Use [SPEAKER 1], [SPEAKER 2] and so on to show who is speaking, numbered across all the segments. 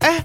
[SPEAKER 1] 哎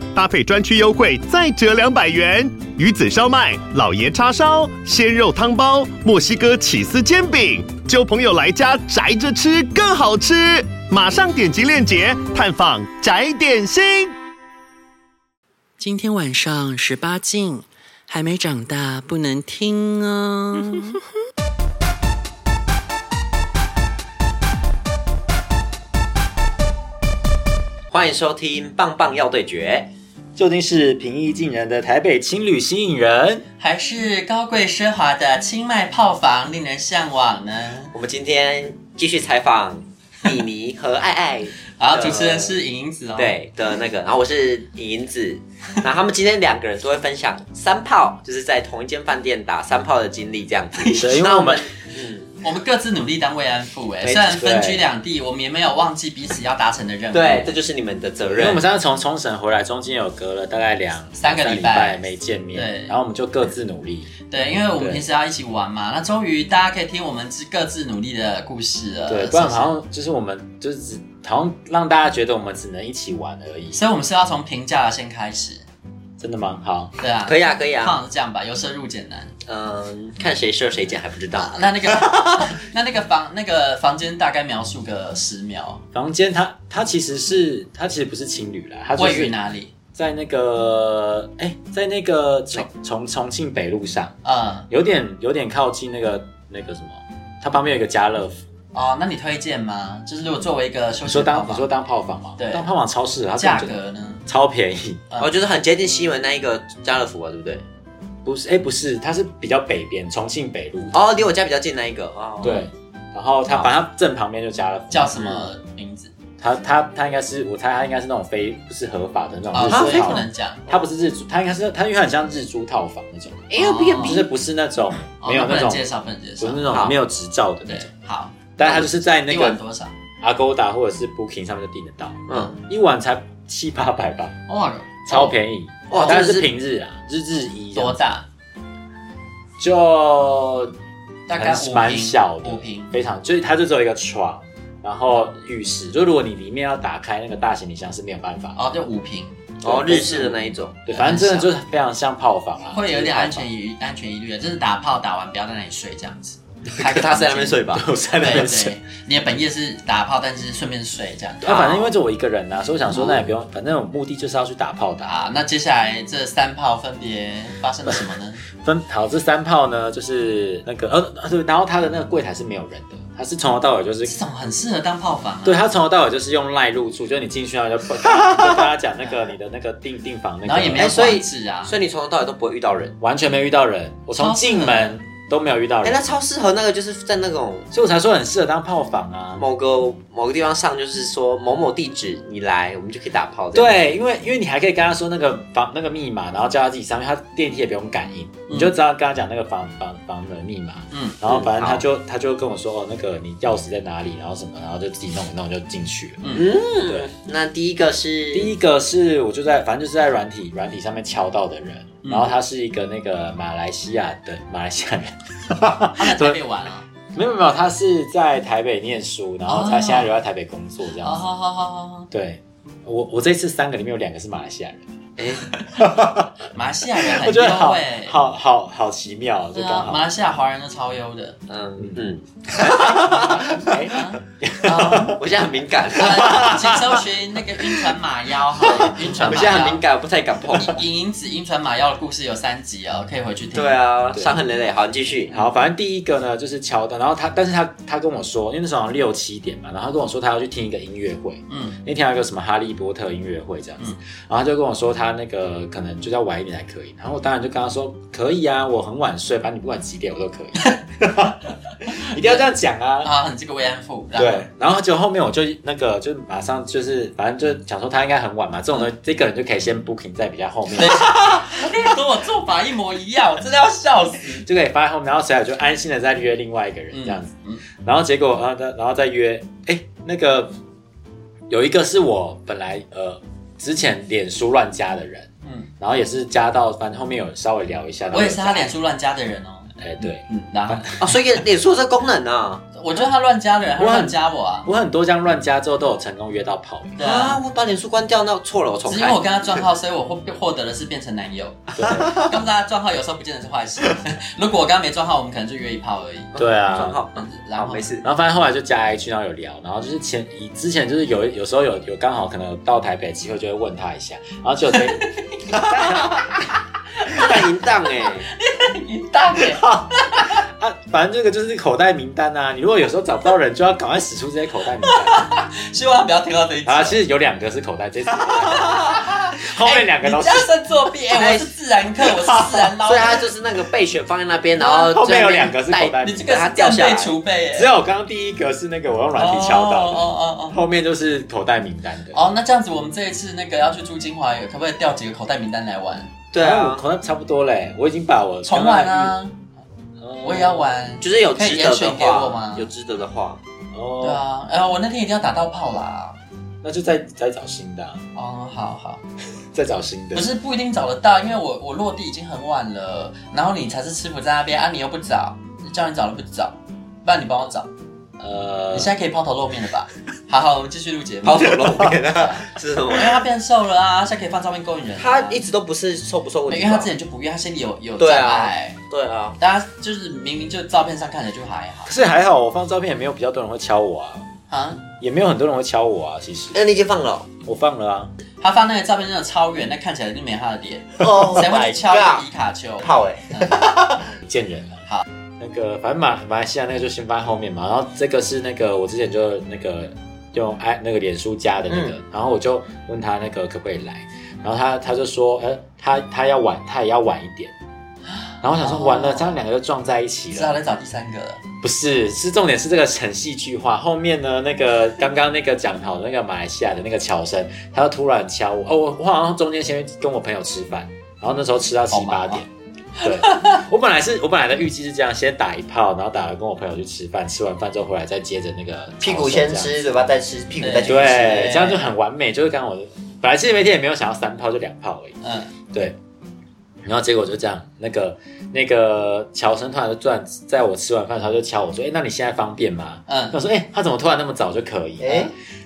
[SPEAKER 1] 搭配专区优惠再折两百元。鱼子烧麦、老爷叉烧、鲜肉汤包、墨西哥起司煎饼，就朋友来家宅着吃更好吃。马上点击链接探访宅点心。
[SPEAKER 2] 今天晚上十八禁，还没长大不能听哦。
[SPEAKER 3] 欢迎收听《棒棒要对决
[SPEAKER 4] 究竟是平易近人的台北青旅吸引人，
[SPEAKER 2] 还是高贵奢华的清迈炮房令人向往呢》。？，
[SPEAKER 3] 我们今天继续采访米妮和 爱爱
[SPEAKER 2] 好，主持人是影子哦。，
[SPEAKER 3] 对的那个，然后我是 银子，然后他们今天两个人都会分享三炮，就是在同一间饭店打三炮的经历这样子。
[SPEAKER 4] 对因为
[SPEAKER 3] 那我
[SPEAKER 4] 我们
[SPEAKER 3] 们
[SPEAKER 2] 我们各自努力当慰安妇哎，
[SPEAKER 4] 没
[SPEAKER 2] 虽
[SPEAKER 4] 错
[SPEAKER 2] 然分居两地，我们也没有忘记彼此要达成的任务。
[SPEAKER 3] 对，这就是你们的责
[SPEAKER 4] 因为我
[SPEAKER 3] 任
[SPEAKER 4] 们。上次从冲绳回来，中间有隔了大概两
[SPEAKER 2] 三个礼拜
[SPEAKER 4] 礼没见面
[SPEAKER 2] 对，
[SPEAKER 4] 然后我们就各自努力。
[SPEAKER 2] 对，因为我们
[SPEAKER 4] 对
[SPEAKER 2] 平时要一起玩嘛，那终于大家可以听我们自各自努力的故事了。
[SPEAKER 4] 对，不然
[SPEAKER 2] 呃是是
[SPEAKER 4] 好像就是我们就是只好像让大家觉得我们只能一起玩而已。
[SPEAKER 2] 所以我们是要从评价先开始。
[SPEAKER 4] 真的吗？好，
[SPEAKER 2] 对啊，
[SPEAKER 3] 可
[SPEAKER 2] 以
[SPEAKER 3] 以啊，可以
[SPEAKER 2] 通
[SPEAKER 3] 啊，
[SPEAKER 2] 常是这样吧，由奢入俭难。啊
[SPEAKER 3] 嗯，看谁射谁捡还不知道。啊
[SPEAKER 2] 那那 个，那那个房那个房间大概描述个十秒，
[SPEAKER 4] 房间它它其实是它其实不是情侣啦，它啊就
[SPEAKER 2] 位于
[SPEAKER 4] 是
[SPEAKER 2] 哪里？
[SPEAKER 4] 在那个哎、在那个重重重庆北路上，
[SPEAKER 2] 嗯，
[SPEAKER 4] 有点有点靠近那个那个什么，它旁边有一个家乐福。
[SPEAKER 2] 哦，那你推荐吗？就是如果作为一个休闲
[SPEAKER 4] 你说
[SPEAKER 2] 套
[SPEAKER 4] 当你说
[SPEAKER 2] 房，
[SPEAKER 4] 当炮房吗？
[SPEAKER 2] 对
[SPEAKER 4] 当炮房超适合，它
[SPEAKER 2] 价
[SPEAKER 4] 根本就
[SPEAKER 2] 格呢？
[SPEAKER 4] 超便宜。
[SPEAKER 2] 嗯
[SPEAKER 3] 我觉得哦很接近西门那一个家乐福啊，对不对？
[SPEAKER 4] 不是，哎，不是，它是比较北边，重庆北路。
[SPEAKER 3] 哦，离我家比较近那一个哦。
[SPEAKER 4] 对，然后它
[SPEAKER 3] 好
[SPEAKER 4] 反正它正旁边就加了，
[SPEAKER 2] 叫什么
[SPEAKER 4] 嗯
[SPEAKER 2] 名字？
[SPEAKER 4] 它它它应该是，我猜它应该是那种非不是合法的那
[SPEAKER 2] 哦，
[SPEAKER 4] 种
[SPEAKER 2] 所
[SPEAKER 4] 日
[SPEAKER 2] 以
[SPEAKER 4] 租
[SPEAKER 2] 不
[SPEAKER 4] 套，
[SPEAKER 2] 能讲。
[SPEAKER 4] 它不是日租，它应该是它因为它很像日租套房那种，
[SPEAKER 2] 哦
[SPEAKER 4] 就是不是那种
[SPEAKER 2] 哦
[SPEAKER 4] 没有
[SPEAKER 2] 不
[SPEAKER 4] 那
[SPEAKER 2] 能
[SPEAKER 4] 种
[SPEAKER 2] 介绍，不能介
[SPEAKER 4] 不
[SPEAKER 2] 绍。
[SPEAKER 4] 是那
[SPEAKER 3] 好
[SPEAKER 4] 种没有执照的那
[SPEAKER 2] 对
[SPEAKER 4] 种，，
[SPEAKER 2] 好，
[SPEAKER 4] 但它就是在那
[SPEAKER 2] 一晚
[SPEAKER 4] 个
[SPEAKER 2] 多少？
[SPEAKER 4] Agoda 或者是 Booking 上面就订得到，
[SPEAKER 3] 嗯，
[SPEAKER 4] 一晚才七八百吧，
[SPEAKER 2] 哇，
[SPEAKER 4] 超便宜。
[SPEAKER 2] 哦
[SPEAKER 3] 哇
[SPEAKER 4] 但
[SPEAKER 3] 真的是
[SPEAKER 4] 是平日啊，日日一
[SPEAKER 2] 宜
[SPEAKER 4] 这样
[SPEAKER 2] 多大？
[SPEAKER 4] 就
[SPEAKER 2] 大概
[SPEAKER 4] 很
[SPEAKER 2] 五
[SPEAKER 4] 蛮
[SPEAKER 2] 平
[SPEAKER 4] 小的，
[SPEAKER 2] 五平。
[SPEAKER 4] 非常，就是它就只有一个床，然后浴室，就如果你里面要打开那个大行李箱是没有办法，
[SPEAKER 2] 哦，就五平，
[SPEAKER 3] 哦，日式的那一种。
[SPEAKER 4] 对，反正真的就是非常像炮房啊，
[SPEAKER 2] 会有一点安全
[SPEAKER 4] 疑，
[SPEAKER 2] 疑安全疑虑，啊就是打炮打完不要在那里睡这 样子。
[SPEAKER 3] 还跟他在那边 睡吧。
[SPEAKER 4] 我 在那
[SPEAKER 2] 对
[SPEAKER 4] 边睡。
[SPEAKER 2] 对，你的本业是打炮，但是顺便睡这样。
[SPEAKER 4] 那反正因为就我一个人呐、啊，所以我想
[SPEAKER 2] 哦
[SPEAKER 4] 说那也不用，反正我目的就是要去打炮打。
[SPEAKER 2] 啊，那接下来这三炮分别发生了什么呢？
[SPEAKER 4] 分好这三炮呢，就是那个呃对，然后他的那个柜台是没有人的，他是从头到尾就是
[SPEAKER 2] 这种很适合当炮房啊。
[SPEAKER 4] 对他从头到尾就是用赖入住，就是你进去然后就跟大家讲那个你的那个订订房那个，
[SPEAKER 2] 然后也没有
[SPEAKER 3] 哎所以
[SPEAKER 2] 管制啊，
[SPEAKER 3] 所以你从头到尾都不会遇到人。
[SPEAKER 4] 完全没遇到人，我从
[SPEAKER 2] 超适合
[SPEAKER 4] 进门都没有遇到
[SPEAKER 3] 哎、
[SPEAKER 4] 人，
[SPEAKER 3] 那超适合那个，就是在那种
[SPEAKER 4] 所以我才说很适合当炮房啊。
[SPEAKER 3] 某个某个地方上，就是说某某地址你来，我们就可以打炮。这样，
[SPEAKER 4] 对，因为因为你还可以跟他说那个房那个密码，然后叫他自己上面，他电梯也不用感应，
[SPEAKER 3] 嗯
[SPEAKER 4] 你就只要跟他讲那个房房房的密码，
[SPEAKER 2] 嗯
[SPEAKER 4] 嗯，然后反
[SPEAKER 3] 嗯
[SPEAKER 4] 正他
[SPEAKER 3] 好
[SPEAKER 4] 就他就跟我说哦，那个你钥匙在哪里，然后什么，然后就自己弄一弄就进去了。嗯，对。
[SPEAKER 3] 那第一个是
[SPEAKER 4] 第一个是我就在反正就是在软体软体上面敲到的人，
[SPEAKER 3] 嗯
[SPEAKER 4] 然后他是一个那个马来西亚的马来西亚人，
[SPEAKER 2] 他在台北玩啊。
[SPEAKER 4] 没有没有，他是在台北念书，然后他
[SPEAKER 3] 哦
[SPEAKER 4] 现在留在台北工作这
[SPEAKER 2] 哦，
[SPEAKER 4] 样子。
[SPEAKER 2] 好好好好好，
[SPEAKER 4] 对，我我这次三个里面有两个是马来西亚人，
[SPEAKER 3] 哎、
[SPEAKER 2] 马来西亚人
[SPEAKER 4] 我
[SPEAKER 2] 很
[SPEAKER 4] 觉
[SPEAKER 2] 优
[SPEAKER 4] 得好
[SPEAKER 2] 哎，
[SPEAKER 4] 好好好奇妙，就
[SPEAKER 2] 对
[SPEAKER 4] 刚
[SPEAKER 2] 啊，马
[SPEAKER 4] 好。
[SPEAKER 2] 来西亚华人都超优 的。
[SPEAKER 3] 嗯嗯，
[SPEAKER 4] 哎
[SPEAKER 2] 啊，
[SPEAKER 3] 我现在很敏感，
[SPEAKER 2] 呃请搜寻那个晕船马妖哈，晕船
[SPEAKER 3] 我
[SPEAKER 2] 马
[SPEAKER 3] 现在很
[SPEAKER 2] 妖
[SPEAKER 3] 敏。感，我不太敢 碰。
[SPEAKER 2] 影影子晕船马妖的故事有三集哦，可以回去听。
[SPEAKER 3] 对，啊，
[SPEAKER 4] 对
[SPEAKER 3] 伤痕累累。好，你继续。
[SPEAKER 4] 好，反正第一个呢就是敲的，然后他，但是他他跟我说，因为那时候好像六七点嘛，然后他跟我说他要去听一个音乐会，
[SPEAKER 2] 嗯，
[SPEAKER 4] 那天还有一个什么哈利波特音乐会这样子，然后他就跟我说他那个可能就要晚一点才可以，然后我当然就跟他说可以啊，我很晚睡，反正你不管几点我都可以。 一定要这样讲啊。
[SPEAKER 2] 啊，你这个慰安妇。然后
[SPEAKER 4] 对，然后就后面我就那个，就马上就是，反正就想说他应该很晚嘛，这种东西，这个人就可以先 booking 在比较后面，
[SPEAKER 2] 我跟你说，我做法一模一样，我真的要笑死。
[SPEAKER 4] 就可以放在后面，然后所以我就安心的再约另外一个人
[SPEAKER 2] 嗯
[SPEAKER 4] 这样子，
[SPEAKER 2] 嗯
[SPEAKER 4] 然后结果然后再然后再约，哎，那个有一个是我本来呃之前脸书乱加的人，
[SPEAKER 2] 嗯，
[SPEAKER 4] 然后也是加到，反正后面有稍微聊一下，然后
[SPEAKER 2] 我也是
[SPEAKER 4] 就
[SPEAKER 2] 他脸书乱加的人哦。
[SPEAKER 4] 哎对，
[SPEAKER 2] 嗯，然后
[SPEAKER 5] 啊，所以脸书有这功能啊
[SPEAKER 2] 我觉得他乱加的人，他
[SPEAKER 4] 我很
[SPEAKER 2] 乱加我啊。
[SPEAKER 4] 我很多这样乱加之后都有成功约到炮友，
[SPEAKER 2] 对
[SPEAKER 5] 啊！
[SPEAKER 2] 啊，
[SPEAKER 5] 我把脸书关掉，那我错了，我重
[SPEAKER 2] 只因
[SPEAKER 5] 开哦
[SPEAKER 2] 为。我跟他撞号，所以我获获得的是变成男友。
[SPEAKER 4] 对
[SPEAKER 2] 跟大家撞号有时候不见得是坏事。 如果我跟他没撞号，我们可能就约一炮而已。
[SPEAKER 4] 对啊，
[SPEAKER 5] 账号，嗯
[SPEAKER 2] 然
[SPEAKER 5] 好，
[SPEAKER 2] 后
[SPEAKER 5] 没事。
[SPEAKER 4] 然后反正后来就加 I 去，然后有聊，然后就是前以之前就是有有时候有有刚好可能有到台北的机会，就会问他一下，然后 就有这
[SPEAKER 5] 大淫荡哎，
[SPEAKER 2] 一大脸，
[SPEAKER 4] 啊，反正这个就是口袋名单啊。你如果有时候找不到人，就要赶快使出这些口袋名单
[SPEAKER 2] 希望他不要听到这一集。
[SPEAKER 4] 啊。其实有两个是口袋，这次 后面两个都是
[SPEAKER 2] 哎你。这样算作弊？哎、我是自然课，我是自 然捞
[SPEAKER 5] 所以他
[SPEAKER 2] 的。
[SPEAKER 5] 就是那个备选放在那边，然后
[SPEAKER 4] 啊后面
[SPEAKER 5] 在那
[SPEAKER 4] 有
[SPEAKER 5] 边
[SPEAKER 4] 两个是口袋
[SPEAKER 2] 你
[SPEAKER 4] 名
[SPEAKER 2] 这
[SPEAKER 4] 单，
[SPEAKER 2] 个
[SPEAKER 5] 他
[SPEAKER 2] 是
[SPEAKER 5] 掉
[SPEAKER 2] 正
[SPEAKER 5] 哎下来
[SPEAKER 2] 备储备耶，
[SPEAKER 4] 只有刚刚第一个是那个我用软体敲
[SPEAKER 2] 哦
[SPEAKER 4] 到
[SPEAKER 2] 哦
[SPEAKER 4] 的，
[SPEAKER 2] 哦哦。
[SPEAKER 4] 后面就是口袋名单的。
[SPEAKER 2] 哦，那这样子，我们这一次那个要去住金华园，可不可以调几个口袋名单来玩？
[SPEAKER 5] 对
[SPEAKER 4] 然后
[SPEAKER 5] 啊
[SPEAKER 4] 哎我，口袋差不多嘞，我已经把我
[SPEAKER 2] 哦重玩啊！
[SPEAKER 4] 刚刚的预，
[SPEAKER 2] 我也要玩，
[SPEAKER 5] 就是有
[SPEAKER 2] 可以
[SPEAKER 5] 值
[SPEAKER 2] 严
[SPEAKER 5] 得的
[SPEAKER 2] 选给我
[SPEAKER 5] 话
[SPEAKER 2] 吗，？
[SPEAKER 5] 有值得的话，
[SPEAKER 4] 哦，
[SPEAKER 2] 对啊，呃，我那天一定要打到炮啦。
[SPEAKER 4] 那就再再找新的啊，
[SPEAKER 2] 哦，好好，
[SPEAKER 4] 再找新的
[SPEAKER 2] 不。是不一定找得到，因为我我落地已经很晚了，然后你才是师傅在那边啊，你又不找，叫你找了不找，不然你帮我找，
[SPEAKER 5] 嗯
[SPEAKER 4] 呃
[SPEAKER 2] 你现在可以抛头露面了吧？好好，我们继续录节目。
[SPEAKER 5] 抛头露面啊， 是什么
[SPEAKER 2] 因？为他变瘦了啊，现在可以放照片勾引人啊、
[SPEAKER 5] 他一直都不是瘦不瘦问
[SPEAKER 2] 对
[SPEAKER 5] 题
[SPEAKER 2] 因
[SPEAKER 5] 吧，
[SPEAKER 2] 为他之前就不约，他心里有有障
[SPEAKER 5] 对啊
[SPEAKER 2] 碍。
[SPEAKER 5] 对啊，
[SPEAKER 2] 大家就是明明就照片上看起来就还好
[SPEAKER 4] 可是还好，我放照片也没有比较多人会敲我啊，
[SPEAKER 2] 啊，
[SPEAKER 4] 也没有很多人会敲我啊。其实
[SPEAKER 2] 呃
[SPEAKER 5] 那你已经放了哦
[SPEAKER 4] 我放了啊，
[SPEAKER 2] 他放那个照片真的超远，那看起来就没他的脸，
[SPEAKER 4] Oh
[SPEAKER 5] 哦
[SPEAKER 2] 谁会去敲一个皮卡丘？嗯
[SPEAKER 5] 炮哎，
[SPEAKER 4] 欸见人了。
[SPEAKER 2] 好，
[SPEAKER 4] 那个反正马马来西亚那个就先放在后面嘛，然后这个是那个我之前就那个用哎那个脸书加的那
[SPEAKER 2] 嗯
[SPEAKER 4] 个，然后我就问他那个可不可以来，然后他他就说，呃，他他要晚，他也要晚一点。然后我想说，
[SPEAKER 2] 哦
[SPEAKER 4] 完了，这样两个就撞在一起
[SPEAKER 2] 你知道
[SPEAKER 4] 了。
[SPEAKER 2] 在找第三个了，
[SPEAKER 4] 不是，是重点是这个很戏剧化。后面呢，那个刚刚那个讲好的那个马来西亚的那个乔生，他就突然敲我，哦，我我好像中间先跟我朋友吃饭，然后那时候吃到七八
[SPEAKER 5] 哦
[SPEAKER 4] 点。对，我本来是我本来的预计是这样，先打一炮，然后打了跟我朋友去吃饭，吃完饭之后回来再接着那个
[SPEAKER 5] 屁股先吃，嘴巴再吃，屁股再去
[SPEAKER 4] 朝圣这样，对，这样就很完美。就是刚刚我本来其实那天也没有想要三炮，就两炮而已。
[SPEAKER 2] 嗯，
[SPEAKER 4] 对，然后结果就这样，那个那个乔生突然就突然在我吃完饭的时候就敲我说：“哎、那你现在方便吗？”
[SPEAKER 2] 嗯
[SPEAKER 4] 我说：“哎、他怎么突然那么早就可以？”
[SPEAKER 5] 哎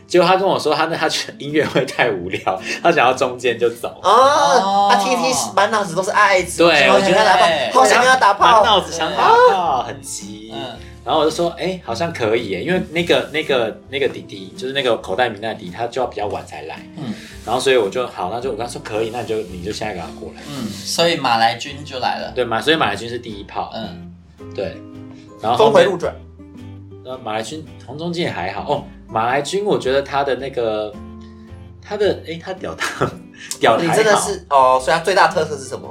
[SPEAKER 4] 结果他跟我说他那他觉得音乐会太无聊， 他想要中间就走。
[SPEAKER 5] 啊，
[SPEAKER 2] 哦
[SPEAKER 5] 他 T T 满脑子都是爱子，
[SPEAKER 4] 对
[SPEAKER 5] 我觉得他打
[SPEAKER 2] 对
[SPEAKER 5] 炮，好想跟他打
[SPEAKER 4] 满
[SPEAKER 5] 炮，
[SPEAKER 4] 脑子想打炮，很急。
[SPEAKER 2] 嗯
[SPEAKER 4] 然后我就说，哎、好像可以耶，因为那个、那个、那个弟弟，就是那个口袋名单的弟弟，他就要比较晚才来。
[SPEAKER 2] 嗯
[SPEAKER 4] 然后所以我就好，那就我跟他说可以，那你就你就现在给他过来，
[SPEAKER 2] 嗯，所以马来军就来了，
[SPEAKER 4] 对吗？所以马来军是第一炮，
[SPEAKER 2] 嗯，
[SPEAKER 4] 对。然后后
[SPEAKER 5] 峰
[SPEAKER 4] 面
[SPEAKER 5] 回路转，
[SPEAKER 4] 那马来军黄宗健还好哦，马来军我觉得他的那个他的哎、他屌大屌
[SPEAKER 5] 你
[SPEAKER 4] 还好，
[SPEAKER 5] 真的是哦，所以他最大特色是什么？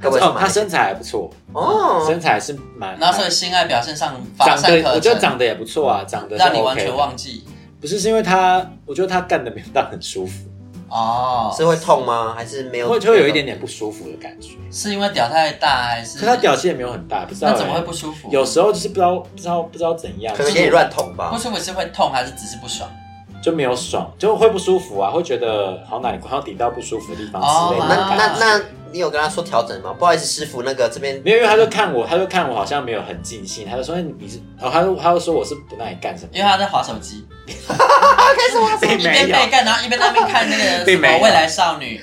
[SPEAKER 5] 各位
[SPEAKER 4] 哦，他身材还不错，
[SPEAKER 5] 哦，
[SPEAKER 4] 身材是蛮
[SPEAKER 2] 然后所以性爱表现上乏
[SPEAKER 4] 长
[SPEAKER 2] 善可
[SPEAKER 4] 得
[SPEAKER 2] 陈，
[SPEAKER 4] 我觉得长得也不错啊，长得是
[SPEAKER 2] 让你
[SPEAKER 4] OK
[SPEAKER 2] 完全
[SPEAKER 4] 的
[SPEAKER 2] 忘记
[SPEAKER 4] 不是是因为他，我觉得他干的没有到很舒服，
[SPEAKER 2] 哦，
[SPEAKER 5] 是会痛吗？还是没有？嗯
[SPEAKER 4] 会就会有一点点不舒服的感觉，
[SPEAKER 2] 是因为屌太大还是？
[SPEAKER 4] 可他屌气也没有很大，不知道
[SPEAKER 2] 那怎么
[SPEAKER 4] 欸
[SPEAKER 2] 会不舒服？
[SPEAKER 4] 有时候就是不知道不知道不知道怎样，
[SPEAKER 5] 可能有点乱捅吧
[SPEAKER 2] 不。舒服是会痛还是只是不爽？
[SPEAKER 4] 就没有爽，就会不舒服啊，会觉得好哪里好像顶到不舒服的地方
[SPEAKER 2] 哦
[SPEAKER 4] 之类的
[SPEAKER 5] 那
[SPEAKER 4] 感觉。
[SPEAKER 2] 啊
[SPEAKER 5] 那那，你有跟他说调整吗？不好意思，师傅，那个这边
[SPEAKER 4] 没有，因为他就看我，他就看我好像没有很尽兴，他就说哎你是，然后他就他就说我是不耐干什么，
[SPEAKER 2] 因为他在划手机，
[SPEAKER 4] 并
[SPEAKER 2] 一
[SPEAKER 4] 没
[SPEAKER 2] 边
[SPEAKER 4] 有，
[SPEAKER 2] 被干，然后一边在那边看那个什
[SPEAKER 4] 并
[SPEAKER 2] 么
[SPEAKER 4] 没有
[SPEAKER 2] 未来少女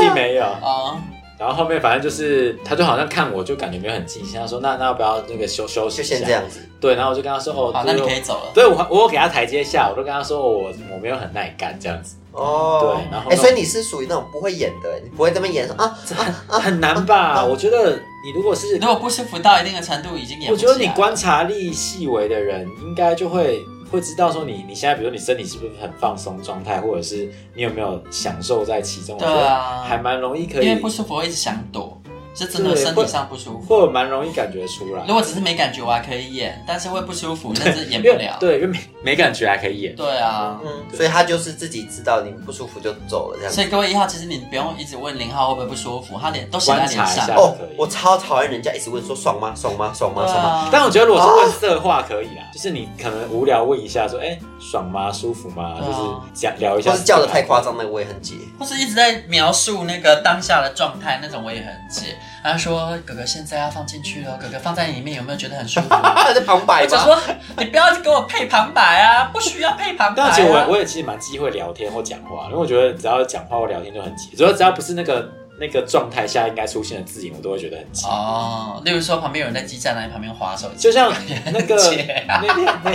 [SPEAKER 4] 并没有。
[SPEAKER 2] 哦，
[SPEAKER 4] 然后后面反正就是，他就好像看我就感觉没有很尽兴，他说那那要不要那个休休息
[SPEAKER 5] 就
[SPEAKER 4] 一下？
[SPEAKER 5] 先这样子，
[SPEAKER 4] 对，然后我就跟他说哦，
[SPEAKER 2] 好，那
[SPEAKER 4] 就是
[SPEAKER 2] 你可以走了。
[SPEAKER 4] 对我我有给他台阶下，我就跟他说哦我我没有很耐干这样子，
[SPEAKER 5] 哦，
[SPEAKER 4] 对然后
[SPEAKER 5] 哎，所以你是属于那种不会演的，欸你不会这边演说啊
[SPEAKER 4] 这很很难吧？我觉得你如果是
[SPEAKER 2] 如果不舒服到一定的程度，已经演不
[SPEAKER 4] 我
[SPEAKER 2] 起啊
[SPEAKER 4] 觉
[SPEAKER 2] 来
[SPEAKER 4] 得你观察力细微的人，应该就会会知道说你你现在，比如你身体是不是很放松状态，或者是你有没有享受在其中？我
[SPEAKER 2] 对
[SPEAKER 4] 觉得
[SPEAKER 2] 啊，
[SPEAKER 4] 还蛮容易可
[SPEAKER 2] 因为
[SPEAKER 4] 以
[SPEAKER 2] 不。舒服，我一直想躲，是真的身体上不舒服。
[SPEAKER 4] 或者蛮容易感觉出来
[SPEAKER 2] 如。果只是没感觉，我还可以演，但是会不舒服，那是演
[SPEAKER 4] 因
[SPEAKER 2] 不
[SPEAKER 4] 为
[SPEAKER 2] 了。
[SPEAKER 4] 对，因为没没感觉还可以演。
[SPEAKER 2] 对啊，
[SPEAKER 3] 嗯，所以他就是自己知道你不舒服就走了这样
[SPEAKER 2] 所
[SPEAKER 3] 子。
[SPEAKER 2] 以各位一号，其实你不用一直问零号会不会不舒服，他脸都写在
[SPEAKER 4] 观
[SPEAKER 2] 脸
[SPEAKER 4] 察一下
[SPEAKER 2] 上。
[SPEAKER 3] 哦
[SPEAKER 4] 可以，
[SPEAKER 3] 我超讨厌人家一直问说爽吗？爽吗？爽吗？
[SPEAKER 2] 对
[SPEAKER 3] 爽吗？
[SPEAKER 2] 啊，
[SPEAKER 4] 但我觉得如果是问色话可以啦，就是你可能无聊问一下说，哎、爽吗？舒服吗？
[SPEAKER 2] 对
[SPEAKER 4] 就
[SPEAKER 2] 啊
[SPEAKER 4] 是讲聊一下。
[SPEAKER 3] 或是叫的太夸张，那个我也很急。
[SPEAKER 2] 或是一直在描述那个当下的状态，那种我也很解。他说：“哥哥现在要放进去了，哥哥放在里面有没有觉得很 舒服？”
[SPEAKER 3] 啊，在旁白
[SPEAKER 2] 我就
[SPEAKER 3] 吗？
[SPEAKER 2] 说：“你不要给我配旁白啊，不需要配旁白、啊。”
[SPEAKER 4] 但其实我我也其实蛮忌讳聊天或讲话，因为我觉得只要讲话或聊天就很急，只要只要不是那个那个状态下应该出现的字眼，我都会觉得很急。
[SPEAKER 2] 哦，例如说旁边有人在激战，那你旁边划手机，
[SPEAKER 4] 就像那 个
[SPEAKER 2] 姐
[SPEAKER 4] 那天那